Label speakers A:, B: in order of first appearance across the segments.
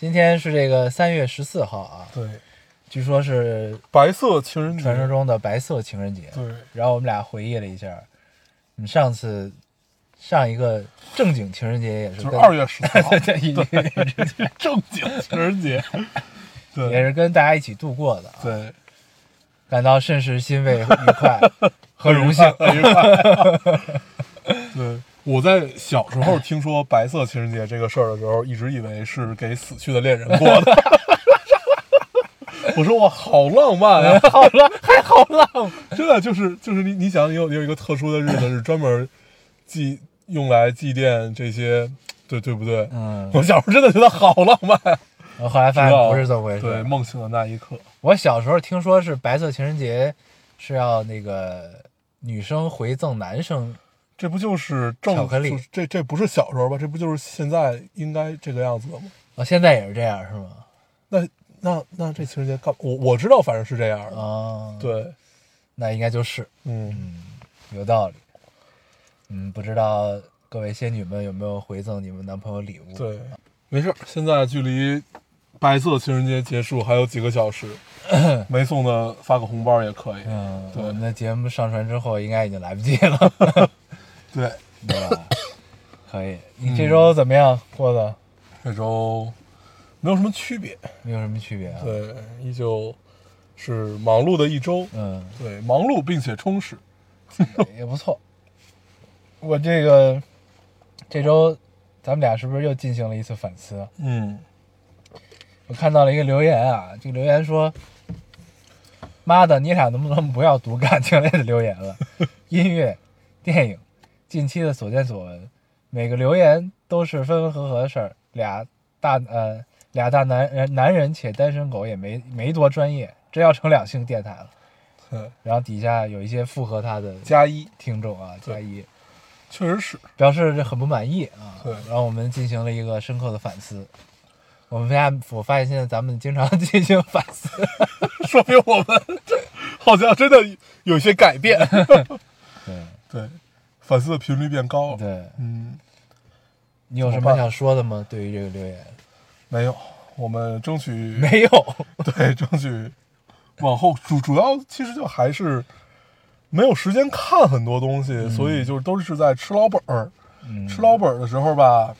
A: 今天是这个三月十四号啊，
B: 对，
A: 据说是
B: 白色情人节，
A: 传说中的白色情人节。
B: 对，
A: 然后我们俩回忆了一下，你上次上一个正经情人节也是
B: 就是
A: 跟
B: 二，月十四号
A: 对对已经
B: 正经情人节。
A: 也
B: 对
A: 是跟大家一起度过的、啊，
B: 对，
A: 感到甚是欣慰、愉快 和荣幸。
B: 很愉快。 对，我在小时候听说白色情人节这个事儿的时候，一直以为是给死去的恋人过的。 我说哇，好浪漫 啊！好浪，还好浪，真的就是就是你你想，你有你有一个特殊的日子是专门祭用来祭奠这些，对对不对？
A: 嗯，
B: 我小时候真的觉得好浪漫，
A: 我后来发现
B: 直到
A: 不是这么回事。
B: 对，梦醒的那一刻，
A: 我小时候听说是白色情人节是要那个女生回赠男生，
B: 这不就是正
A: 巧克力
B: 就是这这不是小时候吧？这不就是现在应该这个样子的吗？
A: 哦，现在也是这样是吗？
B: 那那那这情人节干我我知道，反正是这样的。
A: 哦，，
B: 对，
A: 那应该就是
B: 嗯，
A: 有道理。嗯，不知道各位仙女们有没有回赠你们男朋友礼物？，
B: 对，没事儿。现在距离白色情人节结束还有几个小时，没送的发个红包也可以。
A: 嗯，
B: 对
A: 我们的节目上传之后应该已经来不及 了，
B: 对，
A: 对吧？可以，你这
B: 嗯
A: 周怎么样过的？
B: 这周没有什么区别。
A: 没有什么区别啊？，
B: 对，依旧是忙碌的一周。
A: 嗯，
B: 对，忙碌并且充实。
A: 也不错。我这个这周咱们俩是不是又进行了一次反思啊？
B: 嗯，
A: 我看到了一个留言啊，这个留言说：“妈的，你俩能不能不要读感情类的留言了？音乐、电影，近期的所见所闻，每个留言都是分分合合的事儿。俩大呃俩大男人男人且单身狗也没没多专业，真要成两性电台了。
B: 对，”
A: 然后底下有一些附和他的
B: 加一，
A: 听众啊，
B: 对
A: 加一
B: 确实是。
A: 表示这很不满意啊。
B: 对
A: 然后我们进行了一个深刻的反思。我们发现，我发现现在咱们经常进行反思，
B: 说明我们好像真的有些改变。
A: 对
B: 对，反思的频率变高了。，
A: 对，
B: 嗯，
A: 你有什
B: 怎么
A: 么
B: 办
A: 想说的吗？对于这个留言，
B: 没有，我们争 取
A: 没有。
B: 对，争取往后主主要其实就还是没有时间看很多东西，所以就都是在吃老本儿。
A: 嗯
B: 吃老本儿的时候吧，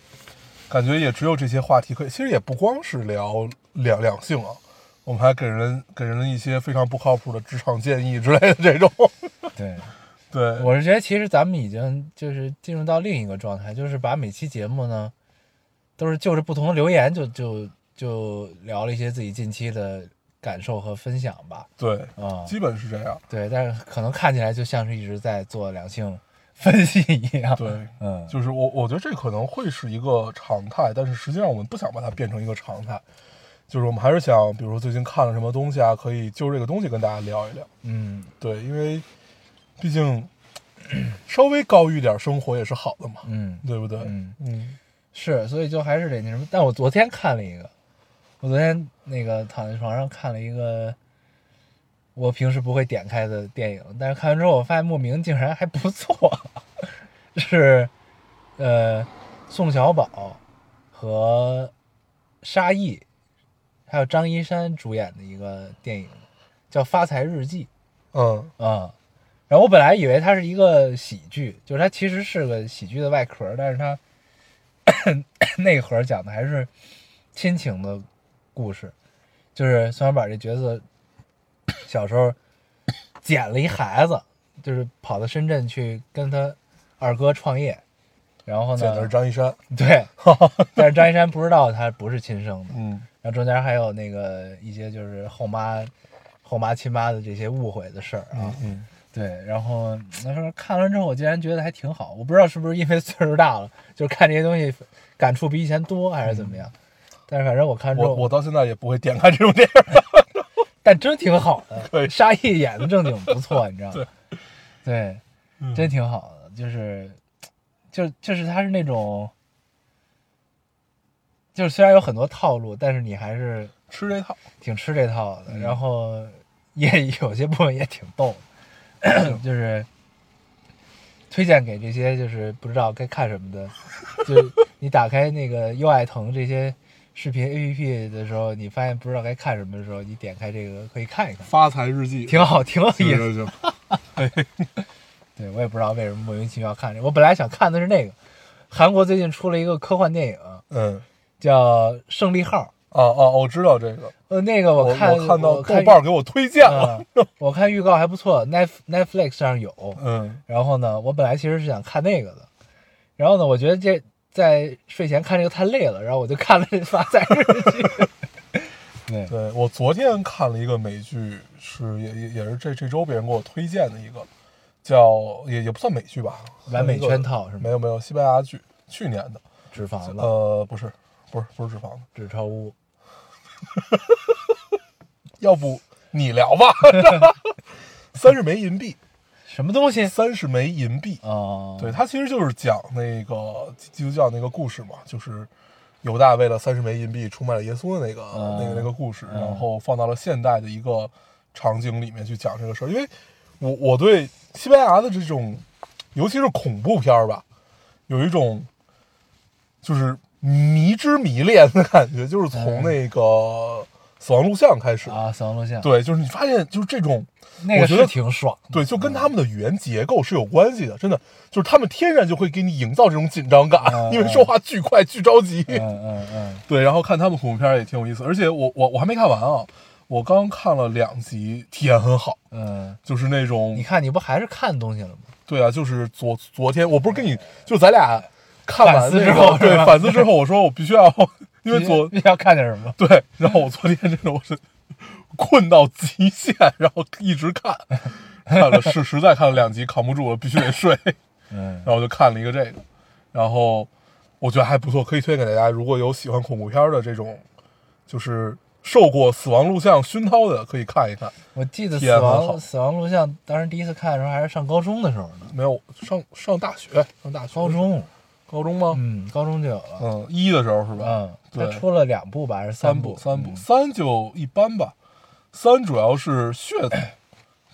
B: 感觉也只有这些话题可以。其实也不光是聊两两性啊，我们还给人给人一些非常不靠谱的职场建议之类的这种。
A: 对，
B: 对，
A: 我是觉得其实咱们已经就是进入到另一个状态，就是把每期节目呢，都是就着不同的留言就就就聊了一些自己近期的感受和分享吧。
B: 对，
A: 啊、
B: 基本是这样。
A: 对，但是可能看起来就像是一直在做两性分析一样。
B: 对，
A: 嗯，
B: 就是我我觉得这可能会是一个常态，但是实际上我们不想把它变成一个常态，就是我们还是想，比如说最近看了什么东西啊，可以就这个东西跟大家聊一聊。
A: 嗯，
B: 对，因为毕竟 稍微高于点生活也是好的嘛，
A: 嗯
B: 对不对？
A: 嗯
B: 嗯
A: 是，所以就还是得那什么。但我昨天看了一个，我昨天那个躺在床上看了一个我平时不会点开的电影，但是看完之后我发现莫名竟然还不错， 是呃宋小宝和沙溢还有张一山主演的一个电影，叫《发财日记》。
B: 嗯
A: 啊、然后我本来以为它是一个喜剧，就是它其实是个喜剧的外壳，但是它 内核讲的还是亲情的故事，就是宋小宝这角色小时候捡了一孩子，就是跑到深圳去跟他二哥创业，然后
B: 捡的
A: 呢
B: 是，张一山。
A: 对，但是张一山不知道他不是亲生的，
B: 嗯，
A: 然后中间还有那个一些就是后妈、后妈亲妈的这些误会的事儿啊。
B: 嗯，
A: 对，然后那时候看完之后，我竟然觉得还挺好。我不知道是不是因为岁数大了，就是看这些东西感触比以前多，还是怎么样。但是反正我看完之
B: 嗯我
A: 后，
B: 我到现在也不会点开这种电影。
A: 但真挺好 的。
B: 可以
A: 沙溢演的正经不错，你知道吗
B: 对？
A: 对，
B: 嗯
A: 真挺好的，就是，就就是他是那种，就是虽然有很多套路，但是你还是
B: 吃这套，
A: 挺吃这套的，
B: 嗯
A: 然后也 有些部分也挺逗的， 就是推荐给这些就是不知道该看什么的，就是你打开那个优爱腾这些视频 APP 的时候，你发现不知道该看什么的时候，你点开这个可以看一看，
B: 发财日记，
A: 挺好，挺有意
B: 行
A: 思。
B: 行行，
A: 对我也不知道为什么莫名其妙看这，我本来想看的是那个，韩国最近出了一个科幻电影
B: 嗯，
A: 叫《胜利号》，
B: 哦哦，我知道这个，
A: 呃，那个
B: 我
A: 看
B: 我看到
A: 我
B: 豆瓣儿给我推荐了，
A: 啊，我看预告还不错，Net Netflix 上有。
B: 嗯
A: 然后呢，我本来其实是想看那个的，然后呢，我觉得这在睡前看这个太累了，然后我就看了这《发财日 记》。对，
B: 对我昨天看了一个美剧，是也也也是这这周别人给我推荐的一个，叫也也不算美剧吧，
A: 完美
B: 算一个
A: 圈套是吗
B: 没有没有，西班牙剧，去年的，
A: 纸房子、
B: 呃，不是不是不是脂肪的，
A: 纸钞屋，
B: 要不你聊吧， 三十枚银币，
A: 什么东西？
B: 三十枚银币，
A: 哦，
B: 对，，它其实就是讲那个基督教那个故事嘛，就是犹大为了三十枚银币出卖了耶稣的那个、
A: 嗯
B: 那个那个故事，
A: 嗯
B: 然后放到了现代的一个场景里面去讲这个事儿。因为我我对西班牙的这种，尤其是恐怖片儿吧，有一种就是迷之迷恋的感觉，就是
A: 嗯
B: 从那个死亡录像开始。
A: 啊，死亡录像，，
B: 对，就是你发现，就是这种
A: 那个
B: 我觉
A: 是
B: 得
A: 挺爽的。
B: 对，就跟他们的语言结构是有关系的，真的，就是他们天然就会给你营造这种紧张感，
A: 嗯
B: 因为说话巨快、巨着急。
A: 嗯嗯嗯，
B: 对，然后看他们恐怖片儿也挺有意思，而且我我我还没看完啊，我刚看了两集，体验很好，
A: 嗯，
B: 就是那种
A: 你看，你不还是看东西了吗？
B: 对啊，就是昨昨天我不是跟你就咱俩看完、
A: 反思
B: 那
A: 之
B: 个、
A: 后是
B: 对
A: 吧
B: 反思之后，我说我必 须要，因为昨
A: 你要看点什么？
B: 对，然后我昨天真的我是困到极限，然后一直看，看了是实在看了两集，扛不住了，必须得睡。
A: 嗯
B: 然，后我就看了一个这个，然后我觉得还不错，可以推荐给大家。如果有喜欢恐怖片的这种，就是受过死亡录像熏陶的，可以看一看。
A: 我记得死
B: 体验很好
A: 亡死亡录像当时第一次看的时候还是上高中的时候呢，
B: 没有上上大学，上大学
A: 高中，
B: 高中吗？
A: 嗯，高中就有了，
B: 嗯，一的时候是吧？
A: 嗯，他
B: 对
A: 出了两部吧，还是
B: 三
A: 部？
B: 三部
A: 嗯
B: 三就一般吧，三主要是噱头，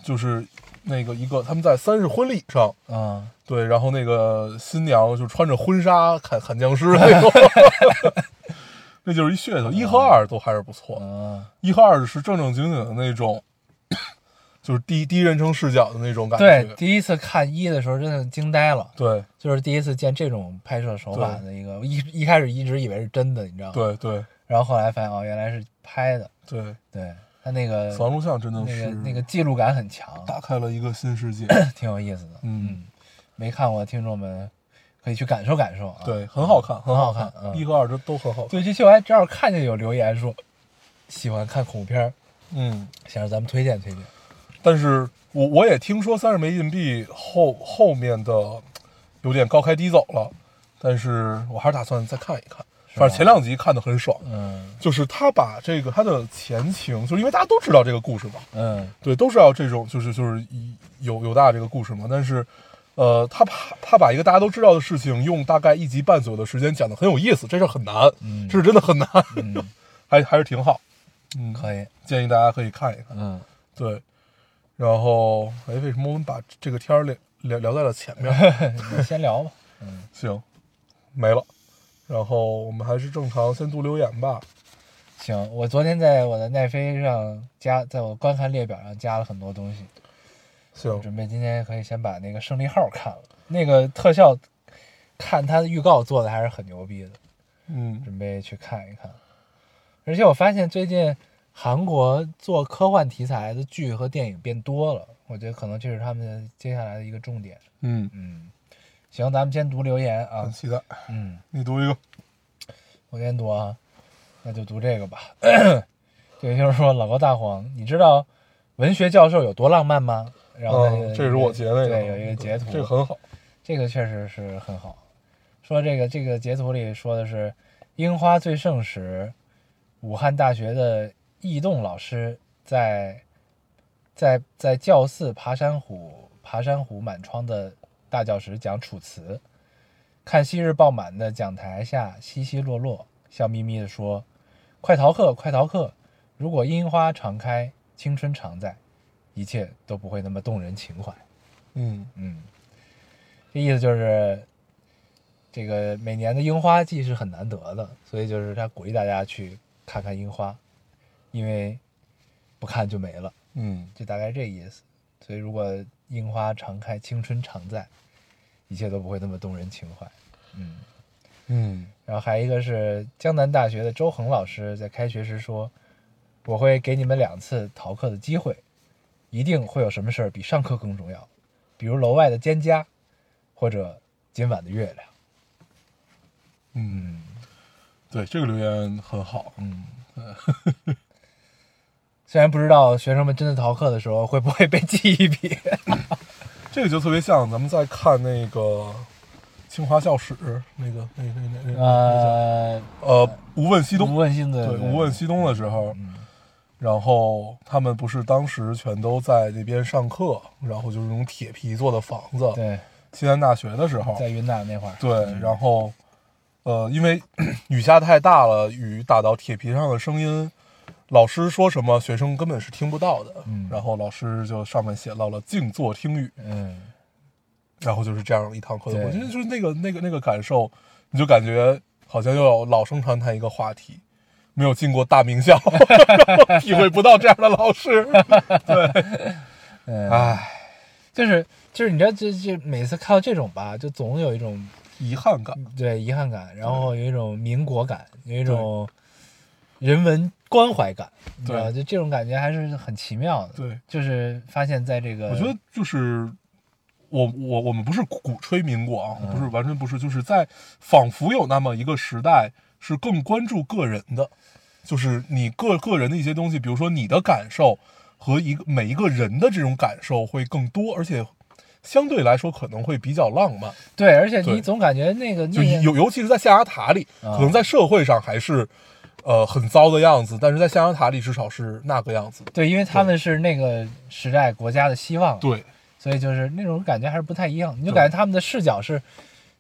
B: 就是那个一个他们在三是婚礼上。
A: 啊，
B: 对，然后那个新娘就穿着婚纱砍砍僵尸 那种， 那就是一噱头。一和二都还是不错，
A: 啊，
B: 一和二是正正经经的那种，就是第一第一人称视角的那种感觉。
A: 对，第一次看一的时候真的惊呆了，
B: 对
A: 就是第一次见这种拍摄手法的一个，一一开始一直以为是真的，你知道吗？。
B: 对对
A: 然后后来发现哦，原来是拍的，
B: 对，
A: 对他那个
B: 死亡录像真的
A: 呃那
B: 是
A: 个那个记录感很强，
B: 打开了一个新世界。
A: 挺有意思的。
B: 嗯，
A: 没看过的听众们可以去感受感受啊。
B: 对，很好看，很
A: 好
B: 看
A: 看，嗯
B: 一和二都都很好看。
A: 对，这期我还正好看见有留言说喜欢看恐怖片儿，
B: 嗯，
A: 想让咱们推荐推荐。
B: 但是我我也听说三十枚硬币后后面的有点高开低走了，但是我还是打算再看一看。
A: 吧
B: 反正前两集看的很爽，
A: 嗯
B: 就是他把这个他的前情，就是因为大家都知道这个故事嘛，
A: 嗯
B: 对，都知道这种就是就是以有有大这个故事嘛，但是。呃，他把他把一个大家都知道的事情，用大概一集半左右的时间讲的很有意思，这事儿很难，
A: 嗯
B: 这是真的很难，
A: 嗯，
B: 还还是挺好，嗯，
A: 可以，
B: 建议大家可以看一看。
A: 嗯。
B: 对，然后哎，为什么我们把这个天儿聊聊聊在了前 面？
A: 你先聊吧。
B: 行，没了。然后我们还是正常先读留言吧。
A: 行，我昨天在我的奈飞上加，在我观看列表上加了很多东西，
B: 行，
A: 准备今天可以先把那个《胜利号》看了。那个特效，看它的预告做的还是很牛逼的，
B: 嗯，
A: 准备去看一看。而且我发现最近韩国做科幻题材的剧和电影变多了，我觉得可能这是他们接下来的一个重点。
B: 嗯，
A: 嗯，行，咱们先读留言
B: 很
A: 啊。
B: 期待。
A: 嗯。
B: 你读一个，
A: 我先读啊，那就读这个吧。 这个就是说，老高大黄，你知道文学教授有多浪漫吗？然后他就、
B: 嗯，这是我截那个，
A: 对，有一个截图，
B: 这个很好。
A: 这个确实是很好。说这个这个截图里说的是，樱花最盛时，武汉大学的易栋老师在在在教寺爬山虎爬山虎满窗的大教室讲《楚辞》，看昔日爆满的讲台下稀稀落落，笑眯眯地说：“快逃课，快逃课！如果樱花常开，青春常在，一切都不会那么动人情怀。”
B: 嗯
A: 嗯，这意思就是，这个每年的樱花季是很难得的，所以就是他鼓励大家去看看樱花，因为不看就没了，
B: 嗯，
A: 就大概这意思。所以如果樱花常开，青春常在，一切都不会那么动人情怀。嗯，
B: 嗯，
A: 然后还有一个是江南大学的周恒老师在开学时说：“我会给你们两次逃课的机会，一定会有什么事儿比上课更重要，比如楼外的蒹葭，或者今晚的月亮。
B: 嗯，对，这个留言很好，嗯，”
A: 虽然不知道学生们真的逃课的时候会不会被记一笔，
B: 这个就特别像咱们在看那个清华校史那个那那那那那
A: 呃，
B: 个呃，无啊问西
A: 无
B: 东，
A: 问心的
B: 对，无问西东的时候，
A: 嗯
B: 然后他们不是当时全都在那边上课，然后就是那种铁皮做的房子，
A: 对，
B: 西南大学的时候，
A: 在云南那会儿，
B: 对，然后，呃，因为 雨下太大了，雨打到铁皮上的声音，老师说什么学生根本是听不到的。
A: 嗯
B: 然后老师就上面写到了静坐听雨，
A: 嗯，
B: 然后就是这样一堂课的过程，
A: 对
B: 就是那个那个那个感受，你就感觉好像又有老生常谈一个话题，没有进过大名校， 体会不到这样的老师。对，
A: 嗯
B: 唉，
A: 就是就是你知道这这每次看到这种吧，就总有一种
B: 遗憾感。
A: 对遗憾感，然后有一种民国感，有一种人文关怀感，你知道吧，就这种感觉还是很奇妙的。
B: 对，
A: 就是发现在这个，
B: 我觉得就是我我我们不是鼓吹民国啊，不是
A: 嗯
B: 完全不是，就是在仿佛有那么一个时代是更关注个人的，就是你个个人的一些东西，比如说你的感受和一个每一个人的这种感受会更多，而且。相对来说可能会比较浪漫，
A: 对，而且你
B: 对
A: 总感觉那个
B: 就
A: 那个
B: 尤尤其是在象牙塔里，
A: 啊
B: 可能在社会上还是，呃，很糟的样子，但是在象牙塔里至少是那个样子。
A: 对，因为他们是那个时代国家的希望，，
B: 对，
A: 所以就是那种感觉还是不太一样。你就感觉他们的视角是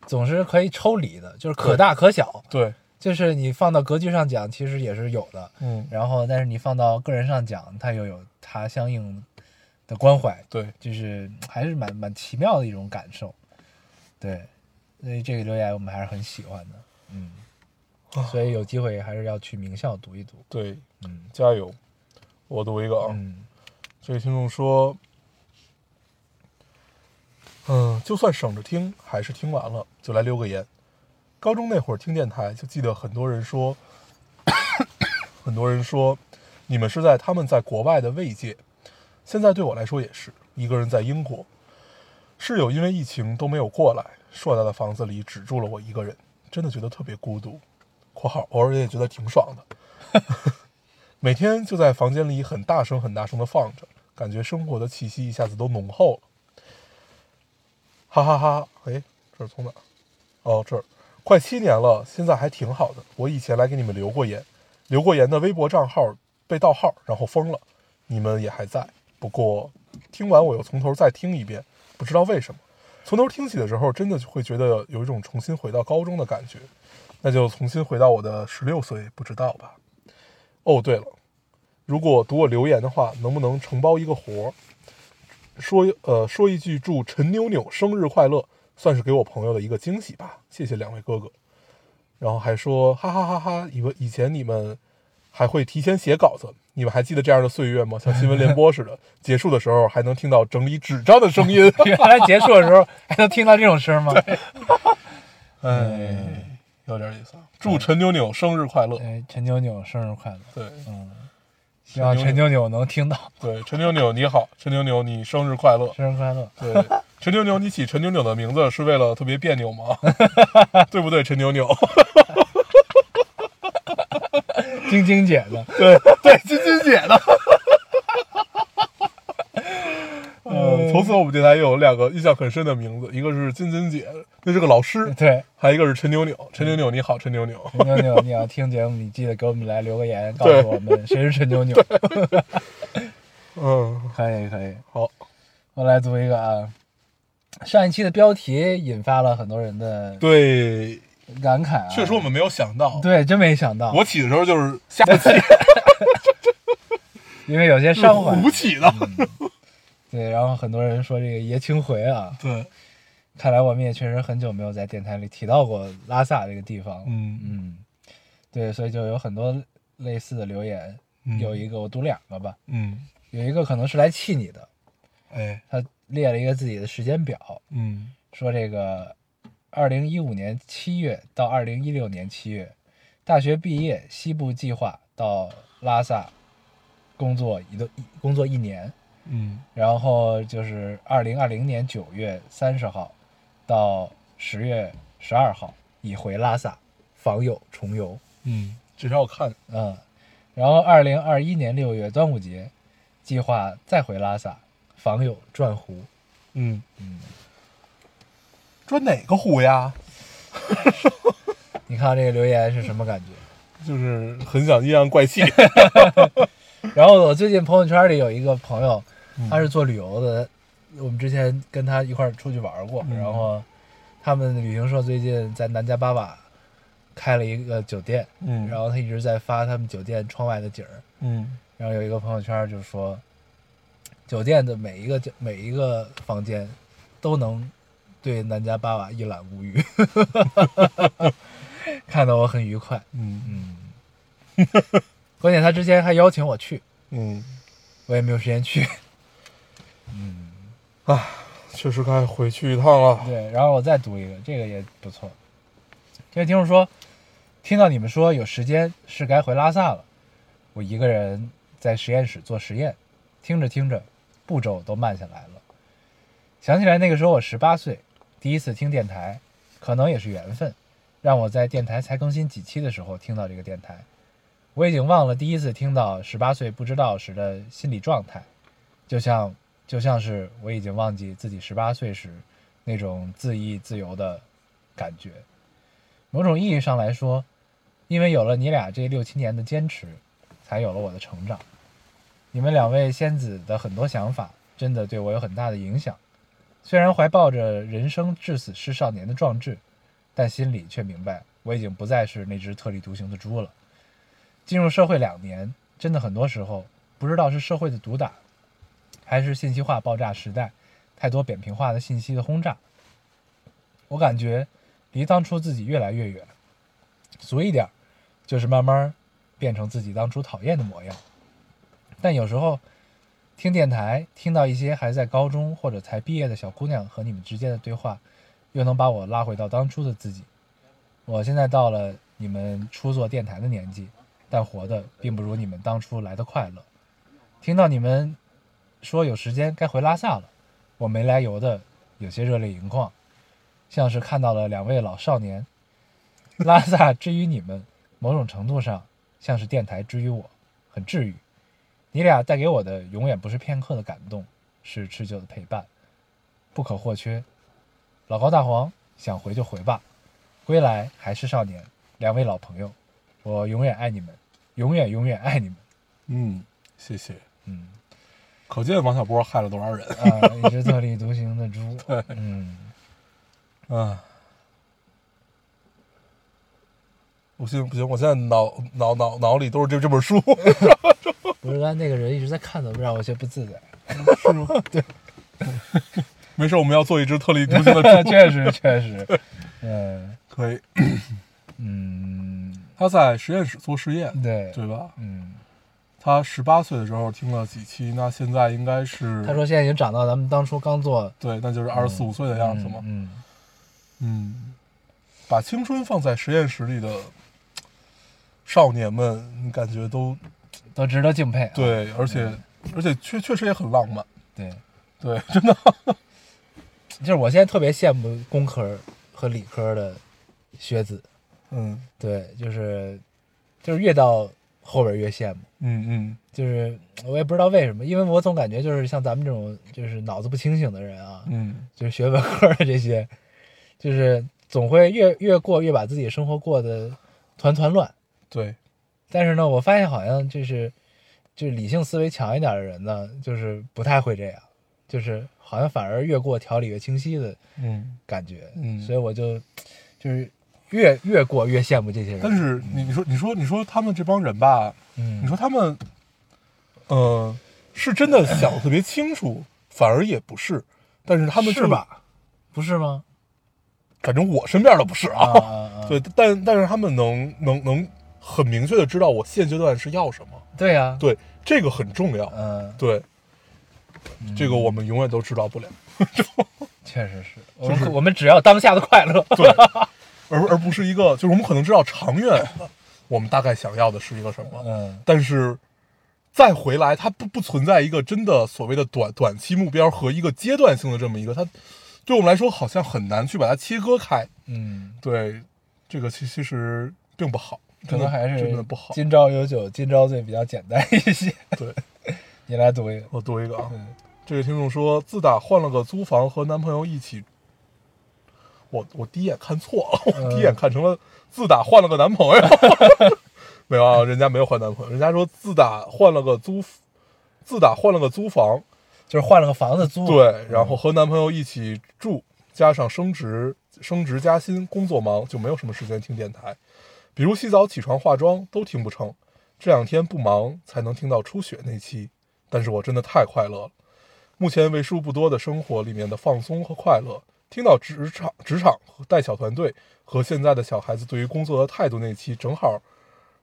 A: 总是可以抽离的，就是可
B: 对
A: 大可小，
B: 对，
A: 就是你放到格局上讲，其实也是有的。
B: 嗯，
A: 然后，但是你放到个人上讲，它又有它相应的关怀，
B: 对，
A: 就是还是蛮蛮奇妙的一种感受。对，所以这个留言我们还是很喜欢的，嗯，
B: 哦
A: 所以有机会还是要去名校读一读，
B: 对，
A: 嗯
B: 加油！我读一个啊，
A: 嗯
B: 这位听众说，嗯，就算省着听，还是听完了，就来留个言。高中那会儿听电台，就记得很多人说， 很多人说，你们是在他们在国外的慰藉。现在对我来说也是，一个人在英国，室友因为疫情都没有过来，硕大的房子里只住了我一个人，真的觉得特别孤独。（括号偶尔也觉得挺爽的。）每天就在房间里很大声、很大声的放着，感觉生活的气息一下子都浓厚了。哈哈哈哎，这是从哪儿？哦，这儿，快七年了，现在还挺好的。我以前来给你们留过言，留过言的微博账号被盗号，然后封了。你们也还在，不过听完我又从头再听一遍，不知道为什么，从头听起的时候，真的就会觉得有一种重新回到高中的感觉。那就重新回到我的十六岁，不知道吧？哦，对了，如果读我留言的话，能不能承包一个活儿？说呃说一句祝陈妞妞生日快乐，算是给我朋友的一个惊喜吧。谢谢两位哥哥。然后还说哈哈哈哈，以为以前你们还会提前写稿子，你们还记得这样的岁月吗？像新闻联播似的，结束的时候还能听到整理纸张的声音。
A: 原来结束的时候 还能听到这种声吗？
B: 哎，有点意思啊。祝陈妞妞生日快乐。
A: 哎，陈妞妞生日快乐！
B: 对
A: 嗯，希望陈
B: 陈
A: 妞妞能听到
B: 对，陈妞妞你好，陈妞妞你生日快乐。
A: 生日快 乐。
B: 对， 陈妞妞，你起陈妞妞的名字是为了特别别扭吗？对不对，陈 妞妞？
A: 晶晶姐的，
B: 对，金金姐 的。
A: 哎
B: 呃嗯，从此我们电台又有两个印象很深的名字，一个是金金姐，那是个老师，
A: 呃对，
B: 还有一个是陈扭扭，陈扭扭你好，陈扭扭，
A: 陈妞妞，你要听节目，你记得给我们来留个言，告诉我们谁是陈妞妞。
B: 嗯，
A: 可以可以，
B: 好，
A: 我来读一个啊。上一期的标题引发了很多人的
B: 对，
A: 感慨、啊，
B: 确实我们没有想到，
A: 对真没想到，
B: 我起的时候就是瞎起，
A: 因为有些 伤怀，嗯
B: 胡起的，
A: 对，然后很多人说这个爷青回啊，
B: 对，
A: 看来我们也确实很久没有在电台里提到过拉萨这个地方了，
B: 嗯
A: 嗯，对，所以就有很多类似的留言，
B: 嗯
A: 有一个我读两个吧，
B: 嗯，
A: 有一个可能是来气你的，
B: 哎，
A: 他列了一个自己的时间表，
B: 嗯
A: 说这个二零一五年七月到二零一六年七月，大学毕业西部计划到拉萨工作一个工作一年，
B: 嗯
A: 然后就是二零二零年九月三十号到十月十二号已回拉萨访友重游，
B: 嗯，这条我看，
A: 嗯，然后二零二一年六月端午节计划再回拉萨访友转湖，
B: 嗯嗯，转哪个湖呀？
A: 你看这个留言是什么感觉？
B: 就是很想阴阳怪气，
A: 然后我最近朋友圈里有一个朋友，
B: 嗯
A: 他是做旅游的，我们之前跟他一块儿出去玩过，
B: 嗯
A: 然后他们旅行社最近在南迦巴瓦开了一个酒店，
B: 嗯
A: 然后他一直在发他们酒店窗外的景儿，
B: 嗯
A: 然后有一个朋友圈就说，酒店的每一个角每一个房间都能对南迦巴瓦一览无余， 看得我很愉快，
B: 嗯
A: 嗯，关键他之前还邀请我去。
B: 嗯，
A: 我也没有时间去。
B: 确实该回去一趟了。
A: 对，然后我再读一个，这个也不错。这位听众说，听到你们说有时间是该回拉萨了，我一个人在实验室做实验，听着听着，步骤都慢下来了。想起来那个时候我十八岁，第一次听电台，可能也是缘分，让我在电台才更新几期的时候听到这个电台。我已经忘了第一次听到十八岁不知道时的心理状态，就像就像是我已经忘记自己十八岁时那种自意自由的感觉。某种意义上来说，因为有了你俩这六七年的坚持，才有了我的成长。你们两位仙子的很多想法，真的对我有很大的影响。虽然怀抱着人生至死是少年的壮志，但心里却明白，我已经不再是那只特立独行的猪了。进入社会两年，真的很多时候不知道是社会的毒打，还是信息化爆炸时代太多扁平化的信息的轰炸。我感觉离当初自己越来越远，俗一点儿，就是慢慢变成自己当初讨厌的模样。但有时候听电台，听到一些还在高中或者才毕业的小姑娘和你们之间的对话，又能把我拉回到当初的自己。我现在到了你们初做电台的年纪，但活的并不如你们当初来的快乐。听到你们说有时间该回拉萨了，我没来由的有些热泪盈眶，像是看到了两位老少年。拉萨之于你们，某种程度上像是电台之于我，很治愈。你俩带给我的永远不是片刻的感动，是持久的陪伴，不可或缺。老高大黄想回就回吧，归来还是少年。两位老朋友，我永远爱你们，永远永远爱你们。
B: 嗯，谢谢。
A: 嗯。
B: 可见王小波害了多少人
A: 啊，一只特立独行的 猪。嗯，
B: 啊！我现在不行，我现在脑脑脑脑里都是这这本书，
A: 不是，刚才那个人一直在看我，让我有些不自在。
B: 是吗？ 对。没事，我们要做一只特立独 行的猪。
A: 确实，确 实，嗯
B: 可以，
A: 嗯，
B: 他在实验室做实验，
A: 对，
B: 对吧？
A: 嗯，
B: 他十八岁的时候听了几期，那现在应该是
A: 他说现在已经长到咱们当初刚做
B: 对，那就是二十四五岁的样子嘛。
A: 嗯，
B: 嗯，把青春放在实验室里的少年们，你感觉都
A: 嗯都值得敬佩啊。
B: 对，而且而且确确实也很浪漫，
A: 对，
B: 对，真的，
A: 就是我现在特别羡慕工科和理科的学子，
B: 嗯
A: 对，就是就是越到后边越羡慕。
B: 嗯嗯
A: 就是我也不知道为什么，因为我总感觉就是像咱们这种就是脑子不清醒的人啊，
B: 嗯
A: 就是学文科的这些，就是总会越越过越把自己生活过得团团乱。
B: 对，
A: 但是呢，我发现好像就是，就是理性思维强一点的人呢，就是不太会这样，就是好像反而越过条理越清晰的
B: 嗯，
A: 感觉。
B: 嗯
A: 所以我就就是越越过越羡慕这些人。
B: 但，是你你说你说你说他们这帮人吧，
A: 嗯，
B: 你说他们，呃，是真的想得特别清楚，反而也不是，但是他们就是
A: 吧？不是吗？
B: 反正我身边的不是
A: 啊
B: 啊，
A: 啊啊！
B: 对，但但是他们能能能很明确的知道我现阶段是要什么，
A: 对呀、啊，
B: 对，这个很重要，
A: 嗯，
B: 对，这个我们永远都知道不了，
A: 确实是，我
B: 就是
A: 们我们只要当下的快 乐。
B: 对，而而不是一个，就是我们可能知道长远，我们大概想要的是一个什么，
A: 嗯，
B: 但是再回来，它不不存在一个真的所谓的短短期目标和一个阶段性的这么一个，它对我们来说好像很难去把它切割开。
A: 嗯，
B: 对，这个其其实并不好，
A: 可
B: 真的
A: 能还是
B: 真的不好。
A: 今朝有酒今朝醉比较简单一些。
B: 对，
A: 你来读一个。
B: 我读一个啊，
A: 嗯
B: 这位听众说，自打换了个租房和男朋友一起，我我第一眼看错了，我
A: 嗯
B: 第一眼看成了自打换了个男朋友， 没有啊，人家没有换男朋友，人家说自打换了个租，自打换了个租房，
A: 就是换了个房子租。
B: 对，然后和男朋友一起住，加上升职、升职加薪，工作忙，就没有什么时间听电台，比如洗澡、起床、化妆都听不成。这两天不忙才能听到初雪那期，但是我真的太快乐了。目前为数不多的生活里面的放松和快乐，听到职场、职场和带小团队和现在的小孩子对于工作的态度那期，正好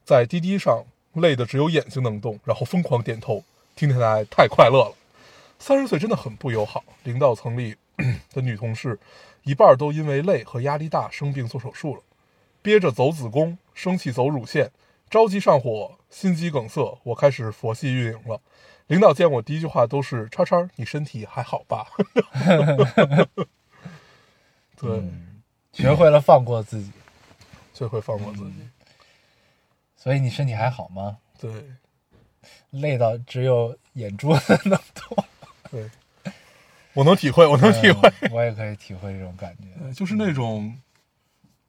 B: 在滴滴上累得只有眼睛能动，然后疯狂点头，听起来太快乐了。三十岁真的很不友好，领导层里 的女同事一半都因为累和压力大生病做手术了，憋着走子宫，生气走乳腺，着急上火，心肌梗塞，我开始佛系运营了。领导见我第一句话都是“叉叉，你身体还好吧？” 对，
A: 学会了放过自己。
B: 最会放过自己。
A: 所以你身体还好吗？
B: 对
A: 累到只有眼珠子能动。
B: 对，我能体会，我能体会。
A: 嗯我也可以体会这种感觉。
B: 呃， 就是那种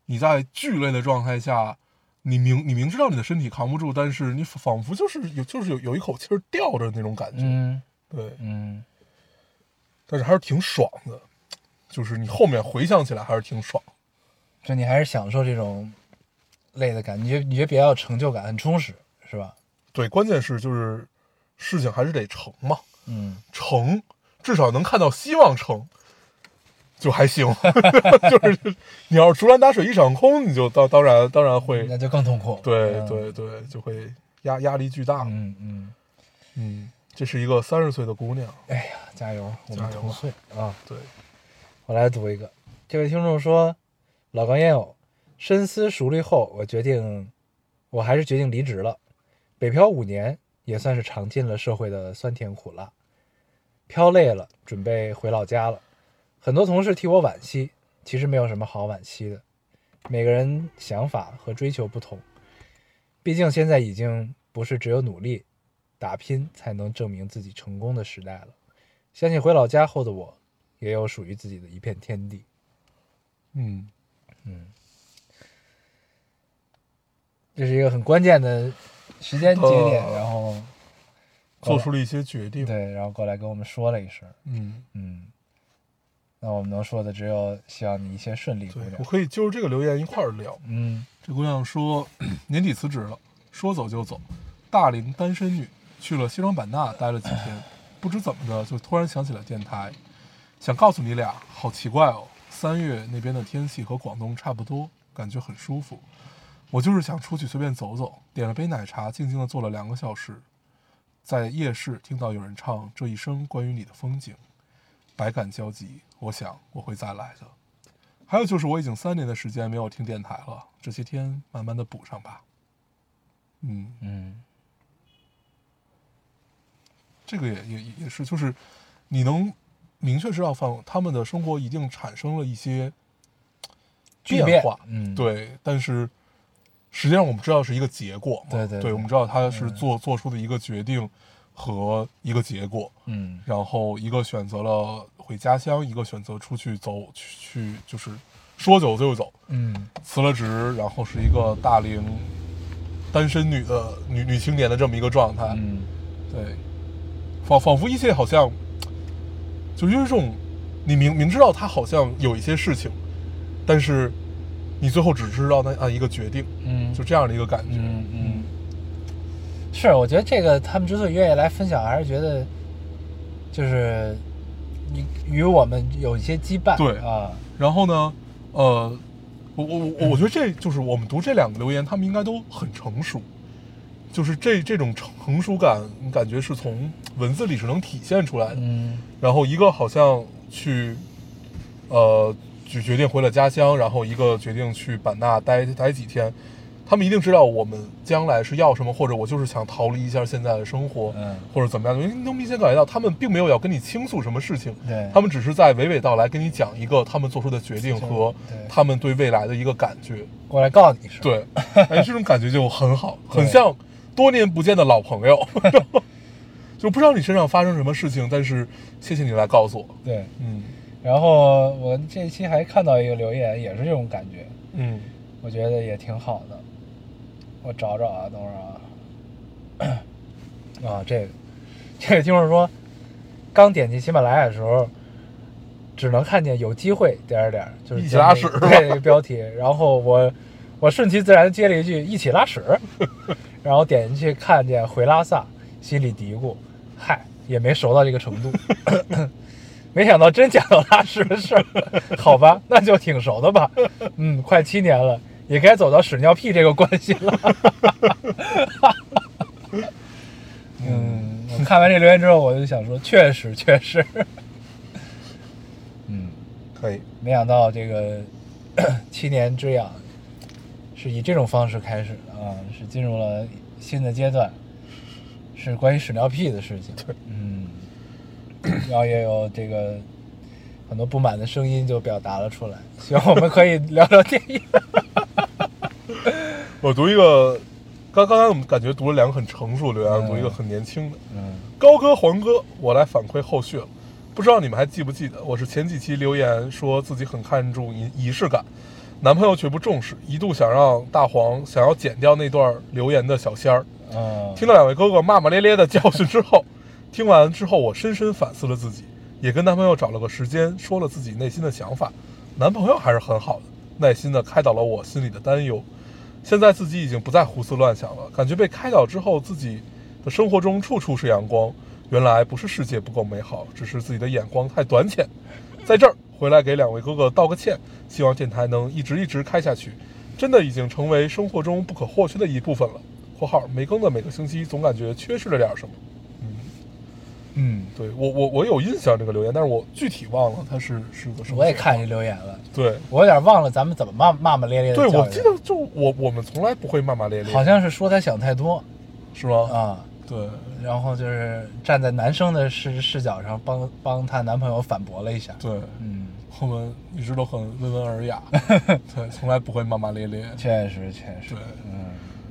B: 你在剧烈的状态下，你明你明知道你的身体扛不住，但是你仿佛就是有就是有有一口气儿吊着那种感觉，
A: 嗯
B: 对，
A: 嗯，
B: 但是还是挺爽的，就是你后面回想起来还是挺爽，
A: 就你还是享受这种累的感觉，你觉得你觉得比较有成就感，很充实，是吧？
B: 对，关键是就是事情还是得成嘛，
A: 嗯，
B: 成至少能看到希望成。就还 行，就是你要是竹篮打水一场空，你就当当然当然会，
A: 那就更痛苦。
B: 对
A: 嗯，
B: 对对，就会压压力巨大。
A: 嗯嗯，
B: 嗯，这是一个三十岁的姑娘，
A: 哎呀，加油，我
B: 加
A: 们
B: 油
A: 同岁啊！
B: 对，
A: 我来读一个，这位听众说：“老高烟友，深思熟虑后，我决定，我还是决定离职了。北漂五年，也算是尝尽了社会的酸甜苦辣，漂累了，准备回老家了。很多同事替我惋惜，其实没有什么好惋惜的，每个人想法和追求不同，毕竟现在已经不是只有努力、打拼才能证明自己成功的时代了。相信回老家后的我，也有属于自己的一片天地。
B: 嗯，
A: 这是一个很关键的时间节点，
B: 呃
A: 然后
B: 做出了一些决定，
A: 哦对，然后过来跟我们说了一声，
B: 嗯，
A: 嗯，那我们能说的只有希望你一切顺利，姑
B: 对，
A: 娘
B: 我，可以就着这个留言一块儿聊。
A: 嗯
B: 这姑娘说年底辞职了，说走就走，大龄单身女，去了西双版纳待了几天，不知怎么的就突然想起了电台，想告诉你俩，好奇怪哦，三月那边的天气和广东差不多，感觉很舒服。我就是想出去随便走走，点了杯奶茶，静静的坐了两个小时，在夜市听到有人唱这一生关于你的风景，百感交集。我想我会再来的。还有就是我已经三年的时间没有听电台了，这些天慢慢的补上吧。嗯，
A: 嗯
B: 这个也也也也是，就是你能明确知道放他们的生活一定产生了一些
A: 巨
B: 变化，
A: 嗯，，
B: 对，但是实际上我们知道是一个结果嘛，
A: 对对对
B: 我们知道他是做、做出的一个决定和一个结果，
A: 嗯
B: 然后一个选择了回家乡，一个选择出去走去去就是说走就走，
A: 嗯
B: 辞了职，然后是一个大龄单身女的女女青年的这么一个状态。
A: 嗯
B: 对，仿仿佛一切好像，就因为这种，你明明知道他好像有一些事情，但是你最后只知道那按一个决定，
A: 嗯，
B: 就这样的嗯一个感觉。
A: 嗯嗯，是，我觉得这个他们之所以愿意来分享，还是觉得就是你与我们有一些羁绊，
B: 对
A: 啊，
B: 然后呢，呃，我我我我觉得这就是我们读这两个留言，他们应该都很成熟，就是这这种成熟感，感觉是从文字里是能体现出来的。
A: 嗯
B: 然后一个好像去，呃，就决定回了家乡，然后一个决定去版纳待待几天。他们一定知道我们将来是要什么，或者我就是想逃离一下现在的生活，
A: 嗯
B: 或者怎么样，因为你能明显感觉到他们并没有要跟你倾诉什么事情，
A: 对
B: 他们只是在娓娓道来跟你讲一个他们做出的决定
A: 对
B: 和
A: 对
B: 他们对未来的一个感觉。
A: 过来告你是吧，
B: 对，哎，这种感觉就很好，
A: 对
B: 很像多年不见的老朋 友，就不知道你身上发生什么事情，但是谢谢你来告诉我。
A: 对。
B: 嗯
A: 然后我这一期还看到一个留言，也是这种感觉，
B: 嗯，
A: 我觉得也挺好的。我找找啊，等会儿 啊。啊，这个，这个就是说，刚点击喜马拉雅的时候，只能看见有机会点儿点儿，就是
B: 一起拉屎是吧
A: 这个标题。然后我我顺其自然接了一句“一起拉 屎”，然后点进去看见回拉萨，心里嘀咕：“嗨，也没熟到这个程度。” 没想到真讲到拉屎的事儿，好吧，那就挺熟的吧。嗯，快七年了，也该走到屎尿屁这个关系了。嗯，我看完这留言之后，我就想说，确实确实，嗯，
B: 可以。
A: 没想到这个七年之痒是以这种方式开始的啊，是进入了新的阶段，是关于屎尿屁的事情。嗯，然后也有这个很多不满的声音就表达了出来，希望我们可以聊聊电影。
B: 我读一个，刚刚才我们感觉读了两个很成熟的留言，
A: 嗯
B: 读一个很年轻的。
A: 嗯
B: 高哥、黄哥，我来反馈后续了。不知道你们还记不记得，我是前几期留言说自己很看重仪仪式感，男朋友却不重视，一度想让大黄想要剪掉那段留言的小仙儿。
A: 啊，
B: 听到两位哥哥骂骂咧咧的教训之后，听完之后，我深深反思了自己，也跟男朋友找了个时间说了自己内心的想法。男朋友还是很好的，耐心的开导了我心里的担忧。现在自己已经不再胡思乱想了，感觉被开导之后，自己的生活中处处是阳光。原来不是世界不够美好，只是自己的眼光太短浅。在这儿回来给两位哥哥道个歉，希望电台能一直一直开下去，真的已经成为生活中不可或缺的一部分了。（括号没更的每个星期总感觉缺失了点什么。
A: 嗯，
B: 对我我我有印象这个留言，但是我具体忘了他是是个什么。
A: 我也看这留言了，
B: 对
A: 我有点忘了咱们怎么骂骂骂咧咧的
B: 对，
A: 教育
B: 我记得就我我们从来不会骂骂咧咧，
A: 好像是说他想太多
B: 是吗？
A: 啊。
B: 对，
A: 然后就是站在男生的视视角上帮帮她男朋友反驳了一下。
B: 对，
A: 嗯，
B: 我们一直都很温文尔 雅，对，从来不会骂骂咧咧。
A: 确实确实
B: 对，，
A: 嗯，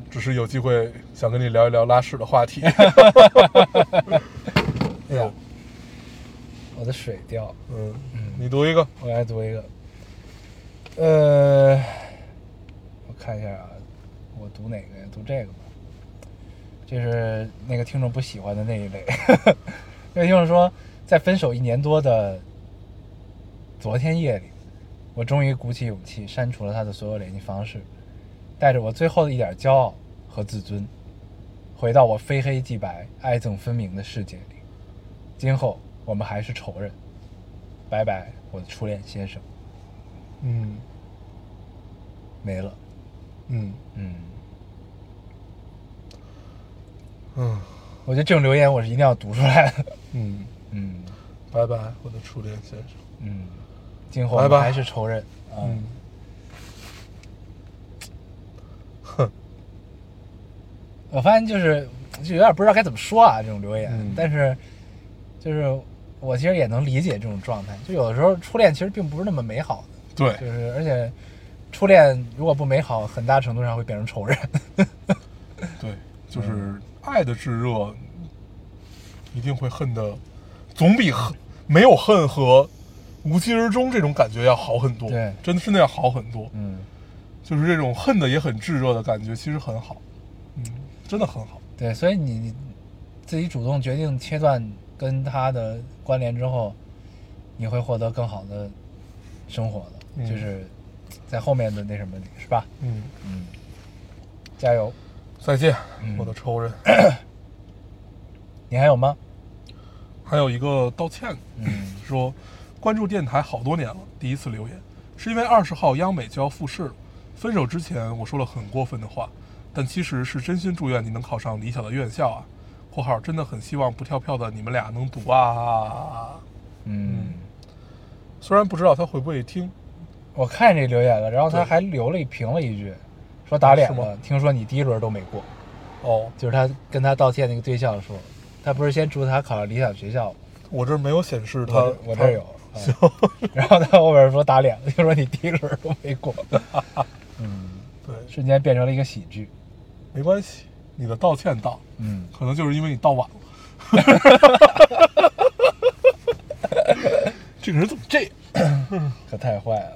B: 只是有机会想跟你聊一聊拉屎的话 题。哎呀，
A: 我的水掉，
B: 嗯，你读一个，
A: 我来读一个。呃，我看一下啊，我读哪个呀？读这个吧。这是那个听众不喜欢的那一类。 那个听众说，在分手一年多的昨天夜里，我终于鼓起勇气删除了他的所有联系方式，带着我最后的一点骄傲和自尊，回到我非黑即白、爱憎分明的世界里。今后我们还是仇人。拜拜，我的初恋先生，
B: 嗯
A: 没了。
B: 嗯
A: 嗯，
B: 嗯
A: 我觉得这种留言我是一定要读出来的。
B: 嗯，
A: 嗯
B: 拜拜，我的初恋先生。
A: 嗯，今后我
B: 来
A: 们
B: 吧
A: 还是仇人。嗯
B: 嗯，哼，
A: 我发现就是就有点不知道该怎么说啊，这种留言。
B: 嗯
A: 但是就是我其实也能理解这种状态，就有的时候初恋其实并不是那么美好的，
B: 对
A: 就，是而且初恋如果不美好，很大程度上会变成仇人。
B: 对，嗯就是爱的炙热，一定会恨的，总比恨没有恨和无疾而终这种感觉要好很多，
A: 对
B: 真的真的要好很多，
A: 嗯，
B: 就是这种恨的也很炙热的感觉，其实很好，嗯，真的很好，
A: 对，所以你你自己主动决定切断跟他的关联之后，你会获得更好的生活的，
B: 嗯
A: 就是在后面的那什么里，是吧？
B: 嗯，
A: 嗯，加油！
B: 再见，
A: 嗯
B: 我的仇人，
A: 你还有吗？
B: 还有一个道歉
A: 嗯
B: 说，关注电台好多年了，第一次留言，是因为二十号央美就要复试了。分手之前我说了很过分的话，但其实是真心祝愿你能考上理想的院校啊。（括号真的很希望不跳票的你们俩能读啊。
A: 嗯，
B: 虽然不知道他会不会听，
A: 我看这留言了，然后他
B: 对
A: 还留了一评了一句，说打脸
B: 啊是吗
A: 了，听说你第一轮都没过，
B: 哦，
A: 就是他跟他道歉那个对象说，他不是先祝他考上理想学校吗，
B: 我这没有显示他
A: 我这，我这有。啊然后他后边说打脸了，听说你第一轮都没过，嗯，
B: 他，对，
A: 瞬间变成了一个喜剧。
B: 没关系，你的道歉到，
A: 嗯，
B: 可能就是因为你到晚了。 这个人怎么这样？
A: 可太坏了。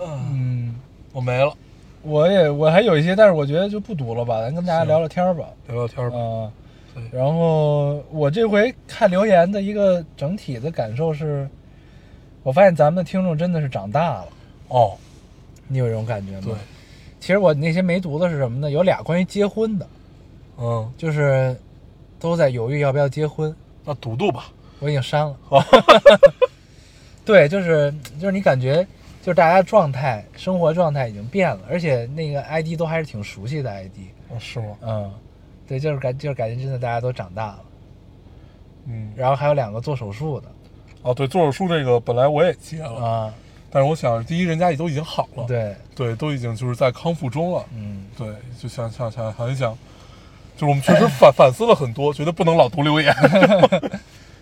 A: 嗯，
B: 我没了，
A: 我也我还有一些，但是我觉得就不读了吧，咱跟大家
B: 行
A: 聊聊天儿吧。
B: 聊聊天
A: 啊、
B: 吧。对
A: 然后我这回看留言的一个整体的感受是，我发现咱们的听众真的是长大了，
B: 哦，
A: 你有这种感觉吗？
B: 对，
A: 其实我那些没读的是什么呢？有俩关于结婚的，
B: 嗯，
A: 就是都在犹豫要不要结婚，
B: 那读读吧。
A: 我已经删 了。对，就是就是你感觉就是大家状态、生活状态已经变了，而且那个 ID 都还是挺熟悉的 ID。
B: 啊，是吗？
A: 嗯，对，就是感就是感觉真的大家都长大了。
B: 嗯，
A: 然后还有两个做手术的
B: 哦，对，做手术这个本来我也接了，
A: 啊，
B: 但是我想，第一，人家也都已经好了，
A: 对，
B: 对，都已经就是在康复中了，
A: 嗯，
B: 对，就想想想很想，就是我们确实反反思了很多，觉得不能老读留言，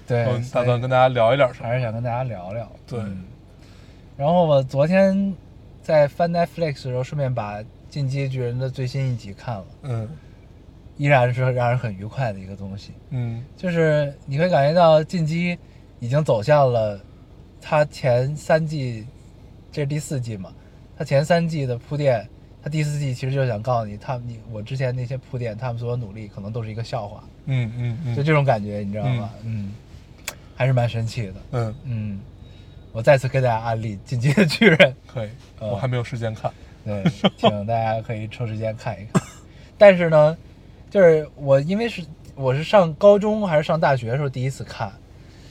A: 对
B: 嗯，，
A: 所
B: 打
A: 以
B: 算跟大家聊一点啥？
A: 还是想跟大家聊聊。
B: 对
A: 嗯然后我昨天在翻 Netflix 的时候，顺便把《进击的巨人》的最新一集看了，
B: 嗯
A: 依然是让人很愉快的一个东西。
B: 嗯
A: 就是你会感觉到进击已经走向了它前三季，这是第四季嘛？它前三季的铺垫，它第四季其实就是想告诉你，他们你我之前那些铺垫，他们所有努力可能都是一个笑话，
B: 嗯嗯
A: 就
B: 嗯
A: 这种感觉，你知道吗？嗯，还是蛮神奇的。
B: 嗯，
A: 嗯，我再次给大家安利《进击的巨人》，
B: 可以，
A: 呃
B: 我还没有时间看，
A: 对，请大家可以抽时间看一看。但是呢，就是我因为是我是上高中还是上大学的时候第一次看，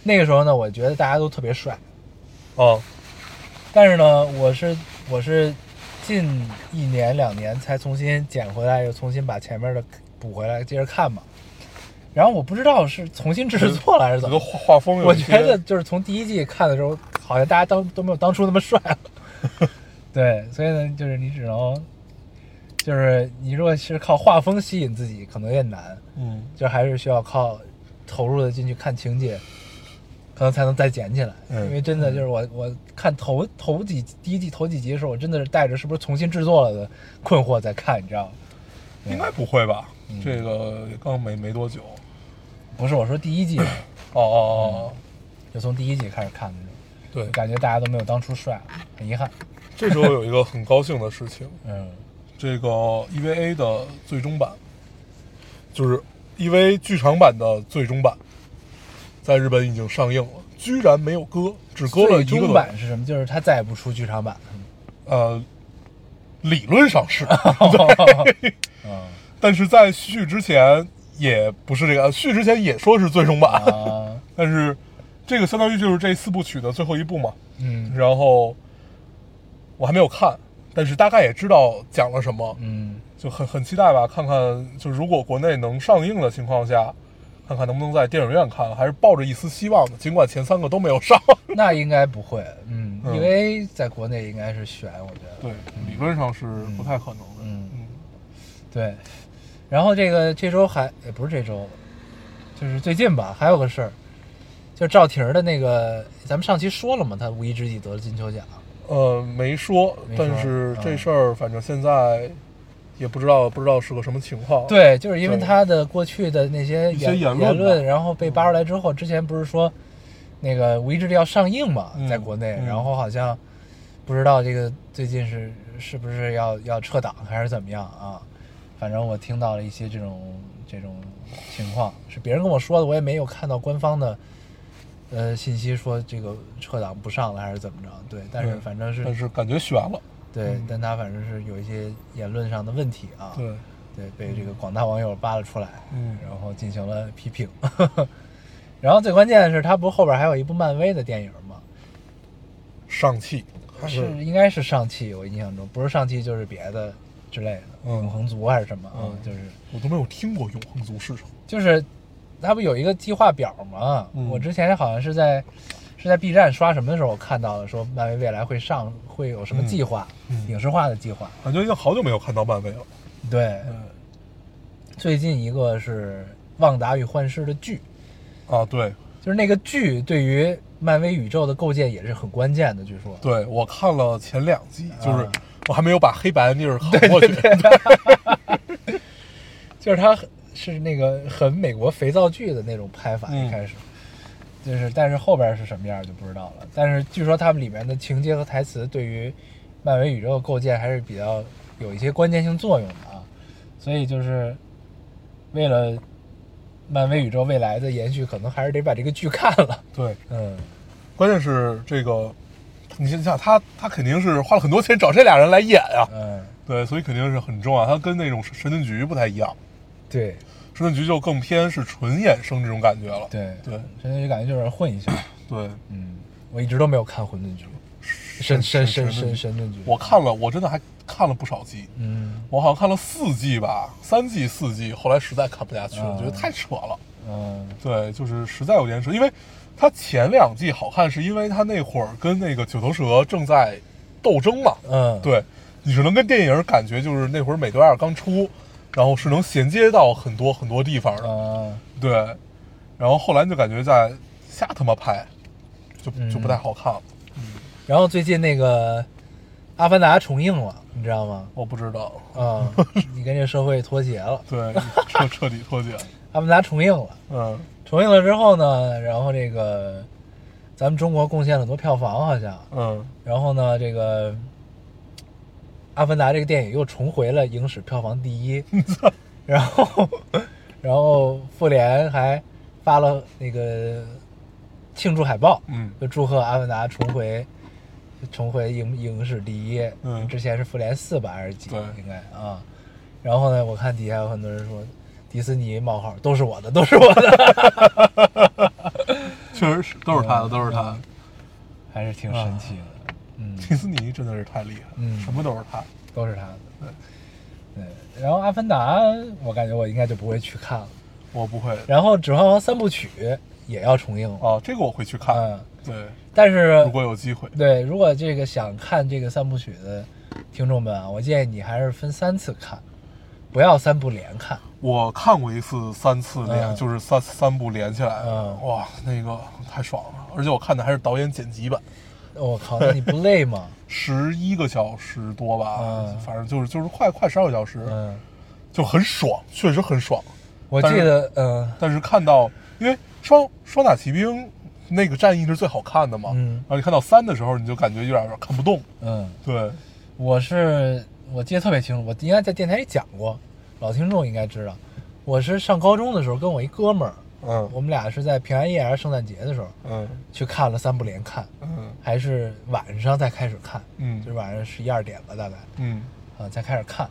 A: 那个时候呢，我觉得大家都特别帅。
B: 哦，
A: 但是呢，我是我是近一年两年才重新捡回来，又重新把前面的补回来接着看嘛。然后我不知道是重新制作了还是
B: 这
A: 怎
B: 个
A: 么，
B: 画画风有
A: 我
B: 一
A: 觉得
B: 些
A: 就是从第一季看的时候，好像大家当都没有当初那么帅了。 对，所以呢，就是你只能，就是你如果是靠画风吸引自己，可能有点难，
B: 嗯
A: 就还是需要靠投入的进去看情节，可能才能再捡起来。
B: 嗯
A: 因为真的就是我我看头头几第一季头几集的时候，我真的是带着是不是重新制作了的困惑在看，你知道吗？
B: 应该不会吧
A: 嗯？
B: 这个刚没没多久，
A: 不是我说第一季，
B: 哦哦哦，
A: 就从第一季开始看的那种，
B: 对
A: 就，感觉大家都没有当初帅了，很遗憾。
B: 这周有一个很高兴的事情，
A: 嗯
B: 这个 EVA 的最终版，就是 EVA 剧场版的最终版，在日本已经上映了，居然没有割，只割了
A: 最
B: 一个
A: 终
B: 多
A: 版是什么？就是他再也不出剧场版了。
B: 呃，理论上 是，哦
A: 嗯
B: 但是在续之前也不是这个，续之前也说是最终版，
A: 啊，
B: 但是这个相当于就是这四部曲的最后一部嘛，
A: 嗯
B: 然后我还没有看，但是大概也知道讲了什么，
A: 嗯
B: 就很很期待吧，看看就是如果国内能上映的情况下，看看能不能在电影院看，还是抱着一丝希望的。尽管前三个都没有上，
A: 那应该不会，嗯，
B: 嗯
A: 因为在国内应该是选，我觉得。
B: 对，理论上是不太可能的。
A: 嗯对，然后这个这周还也不是这周，就是最近吧，还有个事儿，就赵婷儿的那个，咱们上期说了嘛，她无意之地得了金球奖，
B: 呃，没说，
A: 没说
B: 但是这事儿反正现在也不知道不知道是个什么情况。，
A: 对，就是因为
B: 对
A: 她的过去的那些
B: 一些
A: 言
B: 言论吧
A: 然后被扒出来之后，之前不是说那个《无意之地》要上映嘛，
B: 嗯
A: 在国内，
B: 嗯
A: 然后好像不知道这个最近是是不是要要撤档还是怎么样啊？反正我听到了一些这种这种情况，是别人跟我说的，我也没有看到官方的呃信息说这个撤档不上了还是怎么着？对，但是
B: 嗯
A: 反正是、
B: 但是感觉悬了。
A: 对，但他反正是有一些言论上的问题啊，
B: 对，
A: 对，被这个广大网友扒了出来，
B: 嗯
A: 然后进行了批评。 然后最关键的是，他不是后边还有一部漫威的电影吗？
B: 上汽还
A: 是应该是上汽，我印象中不是上汽就是别的之类的，
B: 嗯
A: 永恒族还是什么啊？
B: 嗯
A: 就是
B: 我都没有听过永恒族是什么。
A: 就是，他不有一个计划表吗？
B: 嗯
A: 我之前好像是在是在 B 站刷什么的时候我看到了，说漫威未来会上会有什么计划，
B: 嗯
A: 影视化的计划。
B: 感觉已经好久没有看到漫威了。
A: 对，
B: 嗯
A: 最近一个是《旺达与幻视》的剧，
B: 啊，对
A: 就是那个剧对于漫威宇宙的构建也是很关键的，据说。
B: 对，我看了前两集，就是
A: 啊
B: 我还没有把黑白的地儿 横过去。
A: 就是它是那个很美国肥皂剧的那种拍法，
B: 嗯
A: 一开始，就是但是后边是什么样就不知道了。但是据说他们里面的情节和台词对于漫威宇宙的构建还是比较有一些关键性作用的啊，所以就是为了漫威宇宙未来的延续，可能还是得把这个剧看了。
B: 对，
A: 嗯，
B: 关键是这个，你想想他他肯定是花了很多钱找这俩人来演啊，
A: 嗯，
B: 对，所以肯定是很重要。他跟那种神神盾局不太一样，
A: 对
B: 神盾局就更偏是纯衍生这种感觉了。
A: 对
B: 对
A: 神盾局感觉就是混一下。
B: 对，
A: 嗯，我一直都没有看混沌局，神神神神神盾局，
B: 我看了，我真的还看了不少集，
A: 嗯
B: 我好像看了四季吧，三季四季，后来实在看不下去了，
A: 啊
B: 觉得太扯了。
A: 嗯
B: 对，就是实在有点扯，因为他前两季好看，是因为他那会儿跟那个九头蛇正在斗争嘛。
A: 嗯，
B: 对，你是能跟电影感觉就是那会儿美队二刚出，然后是能衔接到很多很多地方的。
A: 嗯，
B: 对，然后后来就感觉在瞎他妈拍，就就不太好看了。
A: 然后最近那个《阿凡达》重映了，你知道吗？
B: 我不知道，
A: 啊、你跟这社会脱节了，
B: 对，彻彻底脱节。
A: 《阿凡达》重映了，
B: 嗯
A: 重映了之后呢，然后这个咱们中国贡献了很多票房好像，
B: 嗯，
A: 然后呢，这个《阿凡达》这个电影又重回了影史票房第 一，然后，然后妇联还发了那个庆祝海报，
B: 嗯
A: 就祝贺《阿凡达》重回重回影影史第一。
B: 嗯
A: 之前是复联四吧，还是几？
B: 对
A: 应该啊。然后呢，我看底下有很多人说，迪士尼冒号都是我的，都是我 的，
B: 确实是，都是他的，都是他的。
A: 还是挺神
B: 啊
A: 奇的。嗯，
B: 迪士尼真的是太厉害了，
A: 嗯
B: 什么都是他。
A: 都是他的。对，然后《阿凡达》，我感觉我应该就不会去看了。
B: 我不会
A: 然后《指环王》三部曲也要重映了，
B: 啊，这个我会去看。
A: 嗯，
B: 对，
A: 但是
B: 如果有机会，
A: 对，如果这个想看这个三部曲的听众们啊，我建议你还是分三次看，不要三部连看。
B: 我看过一次三次连，
A: 嗯
B: 就是三三部连起来，
A: 嗯
B: 哇，那个太爽了！而且我看的还是导演剪辑版，
A: 我、靠，那你不累 吗？
B: 十一个小时多吧，
A: 嗯
B: 反正就是就是快快十二个小时，
A: 嗯，
B: 就很爽，确实很爽。
A: 我记得，嗯
B: 但是呃看到因为双双塔奇兵那个战役是最好看的嘛，
A: 嗯
B: 然后你看到三的时候，你就感觉有点有点看不动。
A: 嗯，
B: 对，
A: 我是我记得特别清楚，我应该在电台里讲过，老听众应该知道，我是上高中的时候跟我一哥们儿，
B: 嗯
A: 我们俩是在平安夜还是圣诞节的时候
B: 嗯
A: 去看了三部连看，
B: 嗯
A: 还是晚上才开始看，
B: 嗯
A: 就是晚上十一二点了大概，
B: 嗯，
A: 啊、才开始看。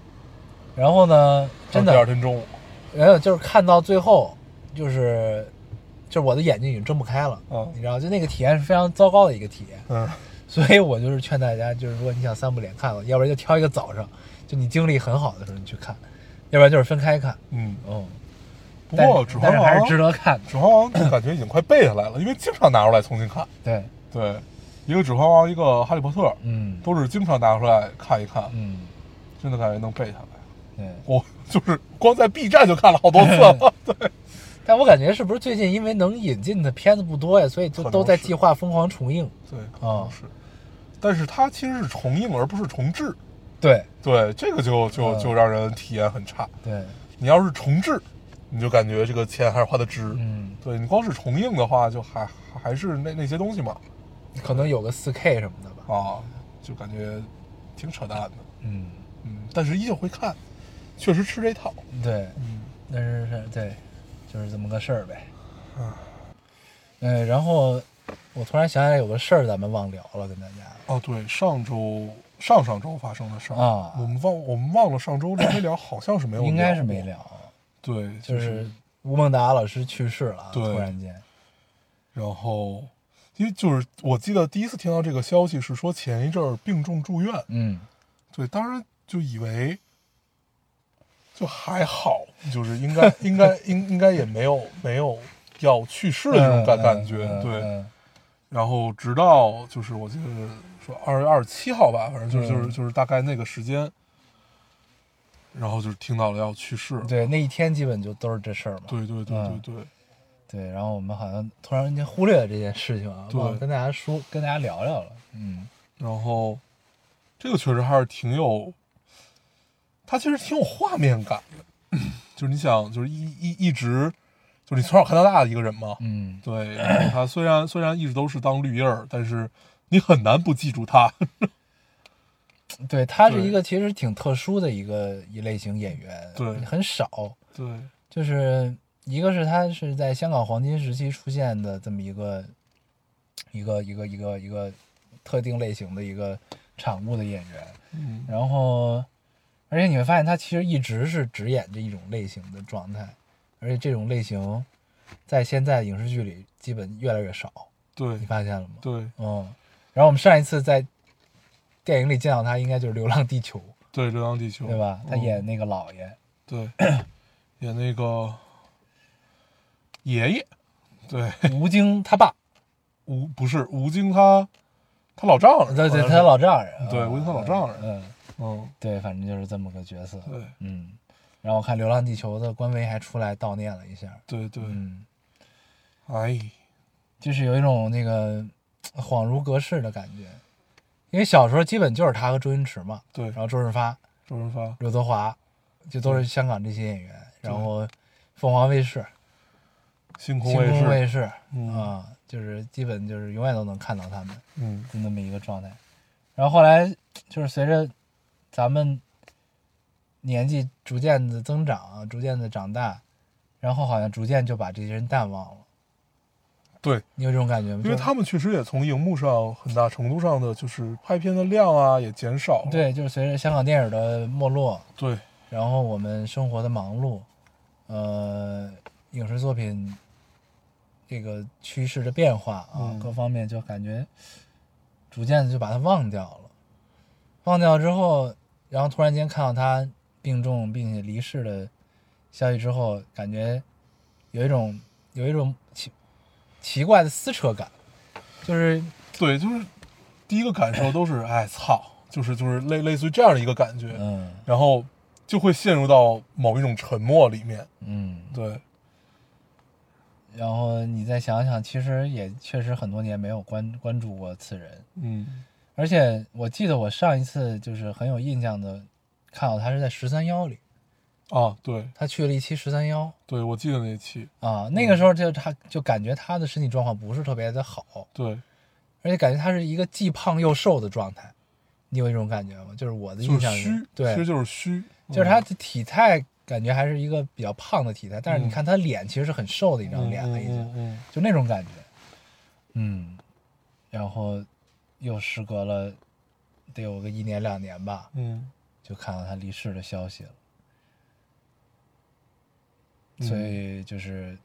A: 然后呢，真的
B: 哦第二天中午，
A: 然后就是看到最后，就是就是我的眼睛已经睁不开了，
B: 嗯
A: 你知道，就那个体验是非常糟糕的一个体验。
B: 嗯
A: 所以我就是劝大家，就是如果你想三部连看了，要不然就挑一个早上，就你精力很好的时候你去看，要不然就是分开看。
B: 嗯。
A: 嗯，
B: 不
A: 但
B: 过
A: 是
B: 指
A: 但
B: 环
A: 是
B: 王
A: 还是值得看的。
B: 指环王感觉已经快背下来了，因为经常拿出来重新看。
A: 对，
B: 对，一个指环王，一个哈利波特，
A: 嗯，
B: 都是经常拿出来看一看，
A: 嗯，
B: 真的感觉能背下来。
A: 对。
B: 我就是光在 B 站就看了好多次
A: 啊
B: 了。对，
A: 但我感觉是不是最近因为能引进的片子不多呀，所以
B: 可
A: 就
B: 能
A: 都在
B: 是
A: 计划疯狂重映。
B: 对，可
A: 哦
B: 能是，但是它其实是重映而不是重置。
A: 对
B: 对，这个就就
A: 嗯
B: 就让人体验很差。
A: 对，
B: 你要是重置，你就感觉这个钱还是花的值。
A: 嗯，
B: 对你光是重映的话，就还还还是那那些东西嘛，
A: 可能有个四 K 什么的吧。
B: 啊，就感觉挺扯淡的。
A: 嗯，
B: 嗯，但是依旧会看，确实吃这套。
A: 对，
B: 嗯，
A: 但是是对，就是这么个事儿呗。嗯，然后我突然想起来有个事儿咱们忘聊了，跟大家。
B: 哦，对，上周上上周发生的事儿
A: 啊
B: 我们忘我们忘了上周聊没聊，好像是没有，
A: 应该是没。聊，
B: 对，
A: 就是是吴孟达老师去世了，
B: 对
A: 突然间。
B: 然后，因为就是我记得第一次听到这个消息是说前一阵儿病重住院，
A: 嗯，
B: 对，当时就以为就还好，就是应该应该应应该也没有没有要去世的这种感
A: 嗯
B: 感觉，
A: 嗯
B: 对。
A: 嗯
B: 然后直到就是我记得是说二月二十七号吧，反正就是就是
A: 嗯
B: 就是大概那个时间，然后就是听到了要去世，
A: 嗯对，那一天基本就都是这事儿嘛。
B: 对对对对
A: 嗯
B: 对
A: 对，然后我们好像突然间忽略了这件事情啊，
B: 对
A: 忘了跟大家说，跟大家聊聊了。嗯，
B: 然后这个确实还是挺有，它其实挺有画面感的， 就是你想，就是一一一直就是你从小看到大的一个人嘛，
A: 嗯，
B: 对，然后他虽然虽然一直都是当绿叶儿，但是你很难不记住他，
A: 对，他是
B: 对
A: 一个其实挺特殊的一个一类型演员，
B: 对
A: 很少。
B: 对
A: 就是一个是他是在香港黄金时期出现的这么一个一个一个一个一个特定类型的一个产物的演员，
B: 嗯，
A: 然后而且你会发现他其实一直是只演这一种类型的状态，而且这种类型在现在影视剧里基本越来越少，
B: 对
A: 你发现了吗？
B: 对
A: 嗯，然后我们上一次在电影里见到他，应该就是《流浪地球》，
B: 对，《流浪地球》
A: 对吧？他
B: 嗯
A: 演那个老爷，
B: 对 演那个爷爷，对
A: 吴京他爸，
B: 吴不是吴京他他老丈人，
A: 对对，
B: 好像
A: 他
B: 是
A: 老丈人，
B: 对
A: 嗯
B: 吴京他老丈人
A: 嗯，
B: 嗯
A: 对，反正就是这么个角色，
B: 对
A: 嗯。然后我看《流浪地球》的官微还出来悼念了一下，
B: 对对，
A: 嗯，
B: 哎。
A: 就是有一种那个呃恍如隔世的感觉，因为小时候基本就是他和周星驰嘛，
B: 对
A: 然，后周润发、
B: 周润发，
A: 刘德华，就都是香港这些演员，然后凤凰卫视、
B: 星空
A: 星
B: 卫
A: 空
B: 视，
A: 卫视，
B: 嗯
A: 啊，就是基本就是永远都能看到他们
B: 嗯，
A: 就那么一个状态。然后后来就是随着咱们年纪逐渐的增长，逐渐的长大，然后好像逐渐就把这些人淡忘了。
B: 对，
A: 你有这种感觉吗？就
B: 因为
A: 是
B: 他们确实也从荧幕上很大程度上的就是拍片的量啊也减少了，
A: 对，就是随着香港电影的没落，
B: 对
A: 然后我们生活的忙碌，呃，影视作品这个趋势的变化啊，
B: 嗯
A: 各方面就感觉逐渐的就把它忘掉了。忘掉之后，然后突然间看到他病重并且离世的消息之后，感觉有一种有一种奇奇怪的撕扯感，就是
B: 对，就是第一个感受都是哎操，就是就是类类似于这样的一个感觉，
A: 嗯
B: 然后就会陷入到某一种沉默里面，
A: 嗯，
B: 对
A: 然后你再想想，其实也确实很多年没有关关注过此人，
B: 嗯
A: 而且我记得我上一次就是很有印象的，看到他是在十三幺里，
B: 啊对
A: 他去了一期十三幺
B: 对，我记得那期，
A: 啊，
B: 嗯
A: 那个时候就他就感觉他的身体状况不是特别的好，
B: 对，
A: 而且感觉他是一个既胖又瘦的状态，你有一种感觉吗？就是我的
B: 就
A: 印
B: 是
A: 象里，
B: 虚，
A: 对，
B: 其实就是虚，
A: 就是
B: 嗯
A: 他的体态感觉还是一个比较胖的体态，但是你
B: 嗯
A: 看他脸其实是很瘦的一张
B: 嗯
A: 脸了已经，
B: 嗯嗯
A: 就那种感觉。嗯，然后又时隔了得有个一年两年吧，
B: 嗯，
A: 就看到他离世的消息了，
B: 嗯
A: 所以就是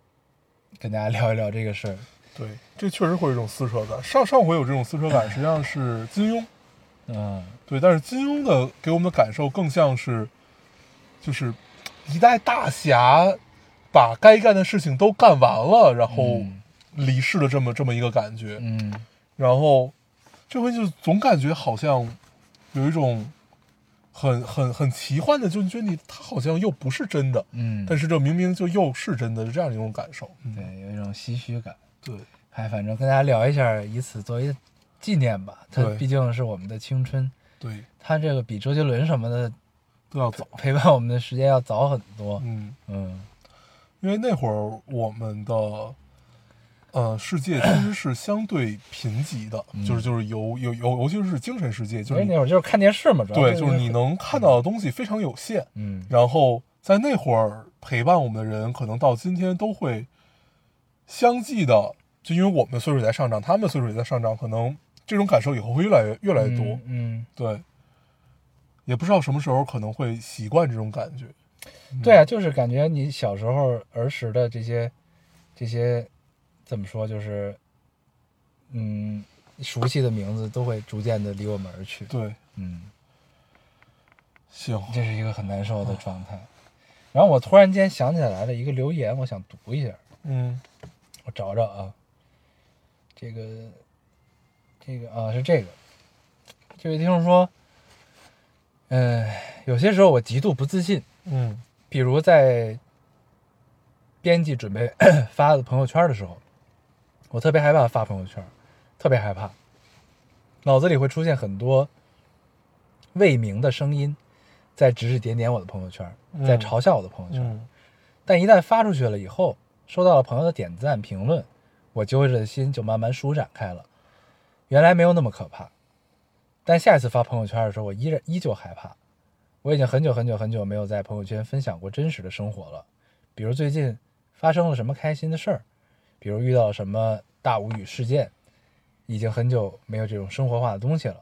A: 跟大家聊一聊这个事儿。
B: 对，这确实会有一种撕扯感，上上回有这种撕扯感，实际上是金庸。
A: 嗯，
B: 对，但是金庸的给我们的感受更像是，就是一代大侠把该干的事情都干完了，然后
A: 嗯
B: 离世的这么这么一个感觉。
A: 嗯
B: 然后这回就总感觉好像有一种很很很奇幻的，就觉得你他好像又不是真的，
A: 嗯，
B: 但是这明明就又是真的，是这样的一种感受。嗯
A: 对，有一种唏嘘感。
B: 对
A: 哎，反正跟大家聊一下，以此作为纪念吧。它
B: 对
A: 毕竟是我们的青春，
B: 对，
A: 它这个比周杰伦什么的
B: 都要走。
A: 陪伴我们的时间要早很多。
B: 嗯，
A: 嗯，
B: 因为那会儿我们的呃世界其实是相对贫瘠的，
A: 嗯
B: 就是就是尤尤尤尤其是精神世界，就
A: 因
B: 是
A: 为
B: 你
A: 哎那会儿就是看电视嘛，主要
B: 对，就是你，能看到的东西非常有限。
A: 嗯，
B: 然后在那会儿陪伴我们的人，可能到今天都会相继的，就因为我们岁数也在上涨，他们岁数也在上涨，可能这种感受以后会越来越越来越多。
A: 嗯，
B: 对，也不知道什么时候可能会习惯这种感觉。
A: 嗯，对啊，就是感觉你小时候儿时的这些这些怎么说，就是嗯，熟悉的名字都会逐渐的离我们而去，
B: 对，
A: 嗯，
B: 行，
A: 这是一个很难受的状态。然后我突然间想起来了一个留言，我想读一下，
B: 嗯
A: 我找找啊，这个，这个啊是这个，这位听众说，嗯、有些时候我极度不自信，
B: 嗯
A: 比如在编辑准备 发朋友圈的时候，我特别害怕发朋友圈，特别害怕，脑子里会出现很多未明的声音，在指指点点我的朋友圈，在
B: 嗯
A: 嘲笑我的朋友圈。
B: 嗯
A: 但一旦发出去了以后，收到了朋友的点赞、评论，我揪着的心就慢慢舒展开了。原来没有那么可怕，但下一次发朋友圈的时候，我依然依旧害怕。我已经很久很久很久没有在朋友圈分享过真实的生活了，比如最近发生了什么开心的事儿，比如遇到了什么大无语事件，已经很久没有这种生活化的东西了。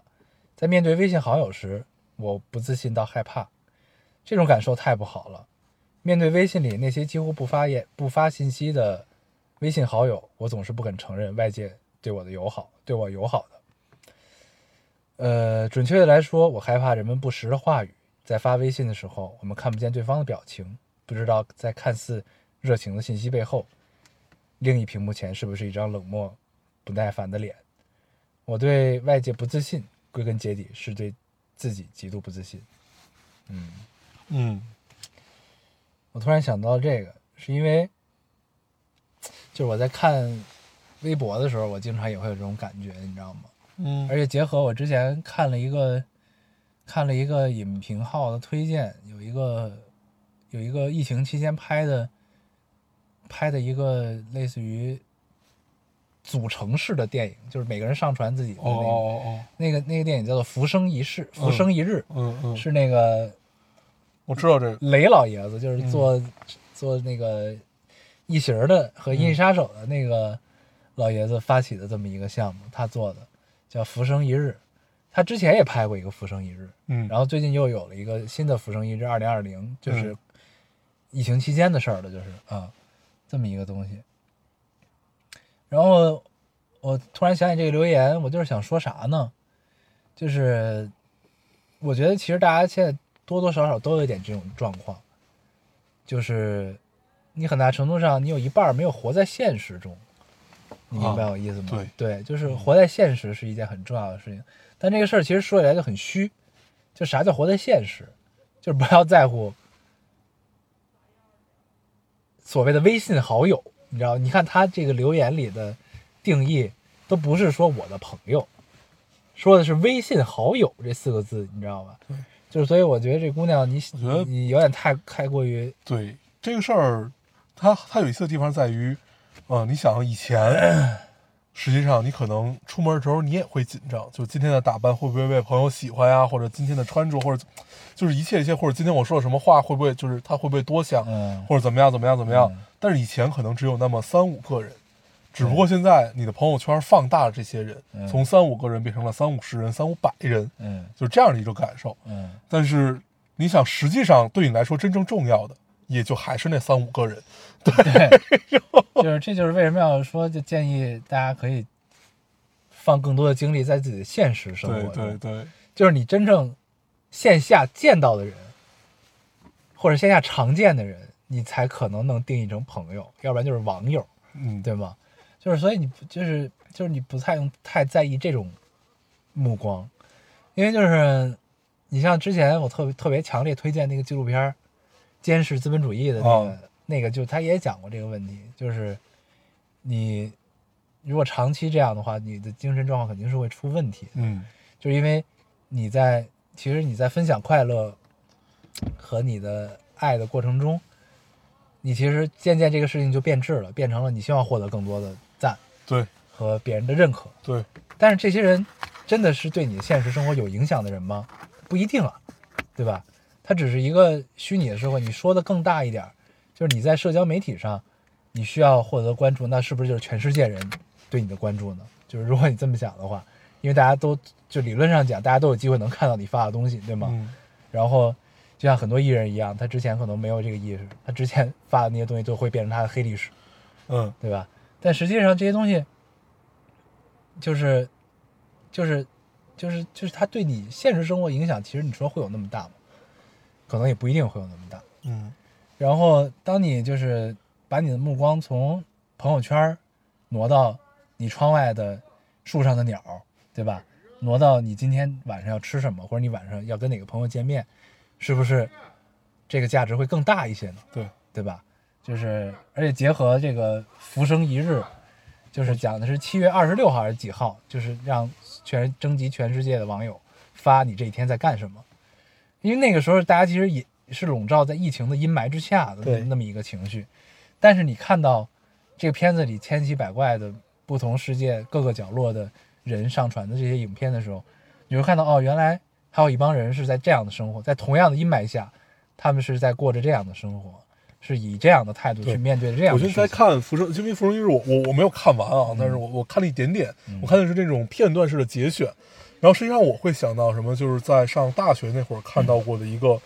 A: 在面对微信好友时，我不自信到害怕，这种感受太不好了。面对微信里那些几乎不发言、不发信息的微信好友，我总是不肯承认外界对我的友好，对我友好的。呃，准确的来说，我害怕人们不时的话语。在发微信的时候，我们看不见对方的表情，不知道在看似热情的信息背后，另一屏幕前是不是一张冷漠、不耐烦的脸。我对外界不自信，归根结底是对自己极度不自信。
B: 嗯
A: 我突然想到这个，是因为，就是我在看微博的时候，我经常也会有这种感觉，你知道吗？
B: 嗯
A: 而且结合我之前看了一个看了一个影评号的推荐，有一个有一个疫情期间拍的拍的一个类似于组成式的电影，就是每个人上传自己的
B: 哦
A: 那个、那
B: 哦
A: 个那个电影叫做《浮生一世》，浮生一日、
B: 哦，嗯嗯，
A: 是那个
B: 我知道这个，
A: 雷老爷子，就是做、做那个异形儿的和阴影杀手的那个老爷子发起的这么一个项目，他做的叫《浮生一日》。他之前也拍过一个《浮生一日》，
B: 嗯，
A: 然后最近又有了一个新的《浮生一日二零二零》，就是
B: 嗯
A: 疫情期间的事儿了，就是啊，这么一个东西。然后我突然想起这个留言，我就是想说啥呢？就是我觉得其实大家现在多多少少都有一点这种状况，就是你很大程度上你有一半儿没有活在现实中，你
B: 啊
A: 明白我意思吗？
B: 对
A: 就是活在现实是一件很重要的事情，但这个事儿其实说起来就很虚，就啥叫活在现实，就是不要在乎所谓的微信好友，你知道？你看他这个留言里的定义，都不是说我的朋友，说的是微信好友这四个字，你知道吧？就是所以我觉得这姑娘你
B: 我觉得
A: 你有点太太过于
B: 对这个事儿，它它有意思的地方在于，呃，你想以前，实际上你可能出门的时候你也会紧张，就今天的打扮会不会被朋友喜欢呀、或者今天的穿着，或者就是一切一切，或者今天我说了什么话，会不会就是他会不会多想，
A: 嗯
B: 或者怎么样怎么样怎么样？
A: 嗯
B: 但是以前可能只有那么三五个人。只不过现在你的朋友圈放大了这些人，
A: 嗯
B: 从三五个人变成了三五十人、三五百人，
A: 嗯
B: 就这样的一种感受。
A: 嗯
B: 但是你想，实际上对你来说真正重要的，也就还是那三五个人。
A: 就是这就是为什么要说就建议大家可以放更多的精力在自己的现实生活
B: 对
A: 中，
B: 对对，
A: 就是你真正线下见到的人，或者线下常见的人，你才可能能定义成朋友，要不然就是网友，
B: 嗯，
A: 对吗？就是所以你不就是就是你不太用太在意这种目光，因为就是你像之前我特别特别强烈推荐那个纪录片儿《监视资本主义》的那个、
B: 哦
A: 那个，就他也讲过这个问题，就是你如果长期这样的话，你的精神状况肯定是会出问题的。
B: 嗯
A: 就是因为你在其实你在分享快乐和你的爱的过程中，你其实渐渐这个事情就变质了，变成了你希望获得更多的赞
B: 对
A: 和别人的认可。
B: 对，
A: 但是这些人真的是对你现实生活有影响的人吗？不一定啊，对吧？它只是一个虚拟的社会。你说的更大一点儿，就是你在社交媒体上，你需要获得关注，那是不是就是全世界人对你的关注呢？就是如果你这么想的话，因为大家都就理论上讲，大家都有机会能看到你发的东西，对吗？
B: 嗯，
A: 然后就像很多艺人一样，他之前可能没有这个意识，他之前发的那些东西都会变成他的黑历史。
B: 嗯，
A: 对吧？但实际上这些东西，就是，就是，就是，就是它对你现实生活影响，其实你说会有那么大吗？可能也不一定会有那么大。
B: 嗯，
A: 然后，当你就是把你的目光从朋友圈儿挪到你窗外的树上的鸟儿，对吧？挪到你今天晚上要吃什么，或者你晚上要跟哪个朋友见面，是不是这个价值会更大一些呢？
B: 对，
A: 对吧？就是而且结合这个《浮生一日》，就是讲的是七月二十六号还是几号，就是让全征集全世界的网友发你这一天在干什么，因为那个时候大家其实也是笼罩在疫情的阴霾之下的
B: 对
A: 那么一个情绪，但是你看到这个片子里千奇百怪的不同世界各个角落的人上传的这些影片的时候，你会看到哦，原来还有一帮人是在这样的生活，在同样的阴霾下，他们是在过着这样的生活，是以这样的态度去
B: 对
A: 面对这样
B: 我
A: 的
B: 觉
A: 事
B: 得
A: 情。
B: 在看《浮生》，因为《浮生一日》，我我我没有看完啊，但是我我看了一点点，
A: 嗯
B: 我看的是这种片段式的节选。然后实际上我会想到什么，就是在上大学那会儿看到过的一个，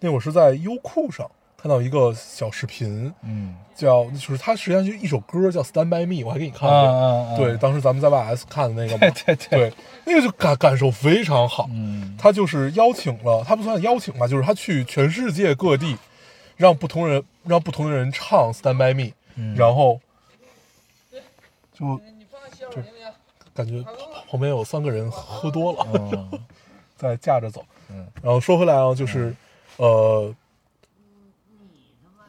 B: 那会儿是在优酷上看到一个小视频，
A: 嗯
B: 叫就是它实际上就是一首歌叫《Stand by Me》，我还给你看
A: 啊
B: 过。
A: 啊啊！
B: 对，当时咱们在 YS 看的那个嘛，
A: 对对对
B: 对，那个就感感受非常好。
A: 嗯
B: 他就是邀请了，他不算邀请吧，就是他去全世界各地，让不同人让不同的人唱《Stand by Me》，然后就就感觉旁边有三个人喝多了，
A: 嗯
B: 在架着走。
A: 嗯
B: 然后说回来啊，就是、呃，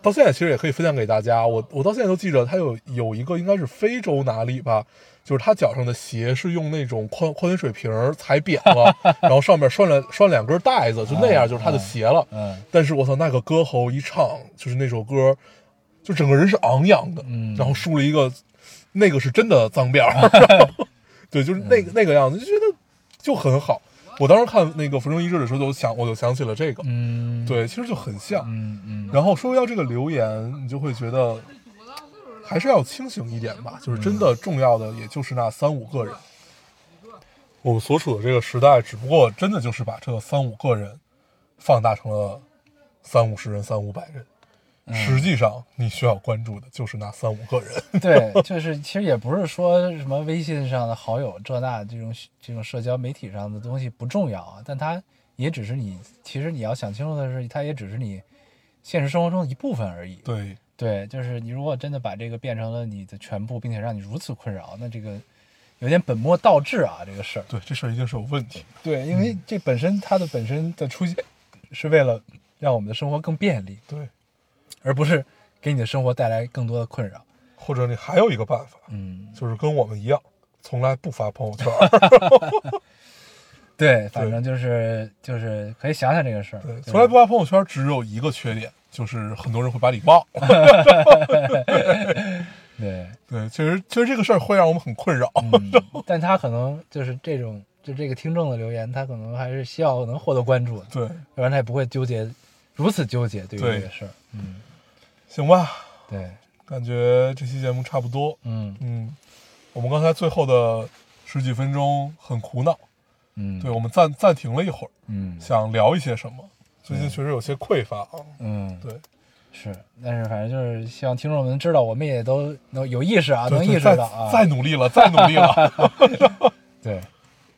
B: 到现在其实也可以分享给大家。我我到现在都记着，他有有一个应该是非洲哪里吧，就是他脚上的鞋是用那种矿矿泉水瓶儿踩扁 了，然后上面拴了拴两根带子，就那样就是他的鞋了。
A: 嗯
B: 但是我操，那个歌喉一唱，就是那首歌，就整个人是昂扬的，
A: 嗯
B: 然后梳了一个，那个是真的脏 辫儿然后，对，就是那个、那个样子，就觉得就很好。我当时看那个《浮生一日》的时候，就想我就想起了这个，
A: 嗯，
B: 对，其实就很像。
A: 嗯嗯
B: 然后说到这个留言，你就会觉得还是要清醒一点
A: 嗯
B: 吧，就是真的重要的也就是那三五个人。我们所处的这个时代，只不过真的就是把这个三五个人放大成了三五十人、三五百人。实际上，你需要关注的就是那三五个人。
A: 对，就是其实也不是说什么微信上的好友这那这种这种社交媒体上的东西不重要啊，但它也只是你，其实你要想清楚的是，它也只是你现实生活中的一部分而已。
B: 对，
A: 对，就是你如果真的把这个变成了你的全部，并且让你如此困扰，那这个有点本末倒置啊，这个事儿。
B: 对，这事儿一定是有问题。
A: 对，因
B: 嗯
A: 为这本身它的本身的出现是为了让我们的生活更便利，
B: 对，
A: 而不是给你的生活带来更多的困扰。
B: 或者你还有一个办法，
A: 嗯，
B: 就是跟我们一样，从来不发朋友圈儿。
A: 对，反正就是就是可以想想这个事儿。
B: 对，
A: 就是
B: 从来不发朋友圈，只有一个缺点，就是很多人会把你忘。
A: 对，
B: 对，其实其实这个事儿会让 我们很困扰。
A: 嗯但他可能就是这种，就这个听众的留言，他可能还是希望能获得关注的，
B: 对，
A: 要不然他也不会纠结如此纠结对于
B: 对
A: 这个事儿。
B: 行吧，
A: 对，
B: 感觉这期节目差不多。
A: 嗯
B: 嗯，我们刚才最后的十几分钟很苦恼，
A: 嗯，
B: 对我们暂暂停了一会儿，
A: 嗯
B: 想聊一些什么。最近确实有些匮乏啊。
A: 嗯，
B: 对，
A: 是，但是反正就是希望听众们知道，我们也都能有意识啊，
B: 对
A: 能
B: 对
A: 意识
B: 再
A: 到啊。
B: 再努力了，再努力 了。
A: 对，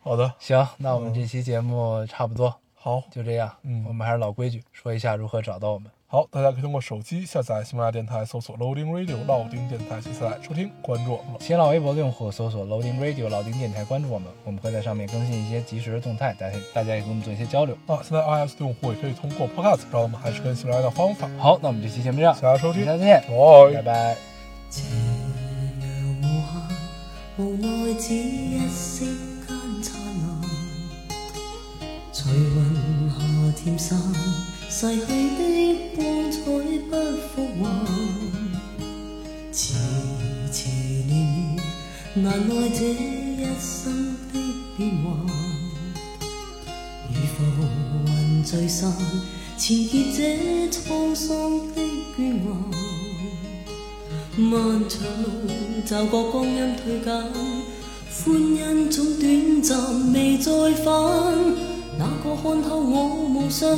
B: 好的，
A: 行，那我们这期节目差不多
B: 好
A: 就这样。
B: 嗯
A: 我们还是老规矩，说一下如何找到我们。
B: 好，大家可以通过手机下载喜马拉雅电台，搜索 Loading Radio 老丁电台去下载收听，关注我们了。
A: 新浪微博的用户搜索 Loading Radio 老丁电台，关注我们，我们会在上面更新一些即时的动态，大家大家也跟我们做一些交流。
B: 啊，现在 iOS 的用户也可以通过 Podcast 找我们，还是跟喜马拉雅的方法。
A: 好，那我们这期节目这样，
B: 谢谢大家收听
A: 下次见，拜
B: 拜
A: 拜。
C: 斜阳无限，无奈只一息间灿烂。随云霞渐散，逝去的光彩不复还。难耐这一生的变幻，如浮云聚散，纏結这滄桑的倦顏。漫長路驟覺光陰退減，歡欣總短暫，未再返。哪個看透我夢想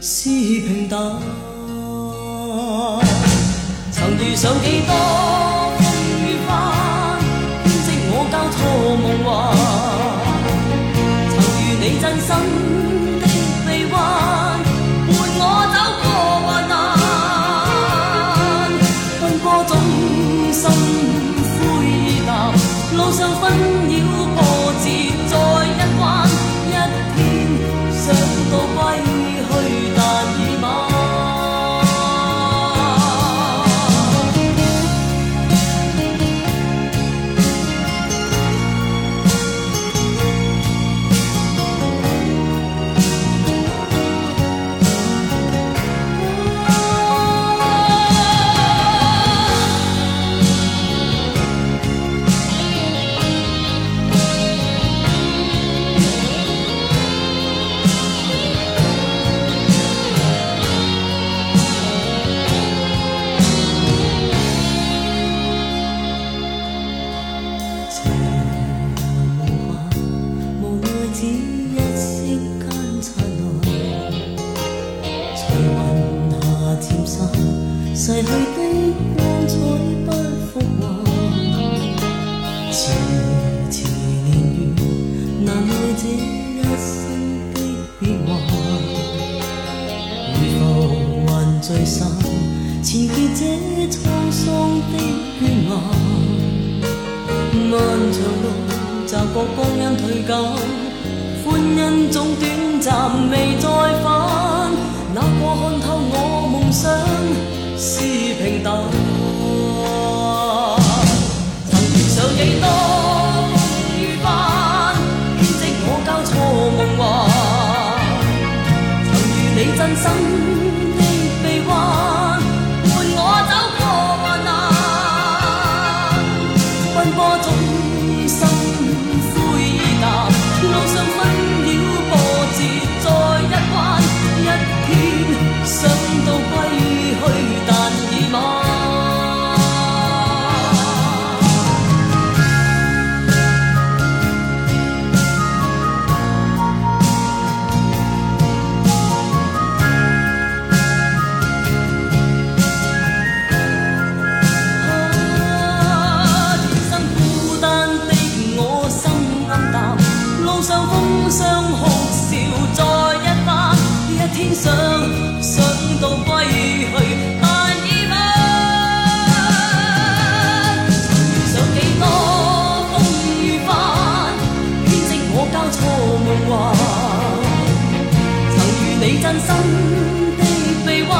C: 是平淡？曾遇上幾多風雨翻，編織我交錯夢幻。曾遇你真心的臂彎，伴我走過患難。奔波中心灰淡，路上紛擾波折再一彎，一天想到歸去，但已晚。这無限，無奈只一息間燦爛。隨雲霞漸散，逝去的光彩不復還。遲遲年月，難耐這一生的變幻。如浮雲聚散，纏結這滄桑的倦顏。漫長路，驟覺光陰退減，歡欣總短暫，未再返。哪個看透我夢想是平淡？曾遇上幾多風雨翻，編織我交錯夢幻。曾遇你真心的臂彎，伴我走過患難。奔波中心灰淡，路上紛擾波折再一彎，一天想到歸去，但已晚。天生孤單的我心暗淡，路上風霜哭笑再一番，一天想想到歸去，但已晚。曾遇上幾多風雨翻，編織我交錯夢幻，曾遇你真心的臂彎，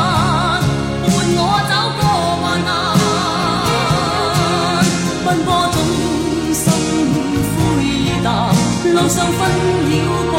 C: 伴我走過患難。奔波中心灰淡，路上紛擾波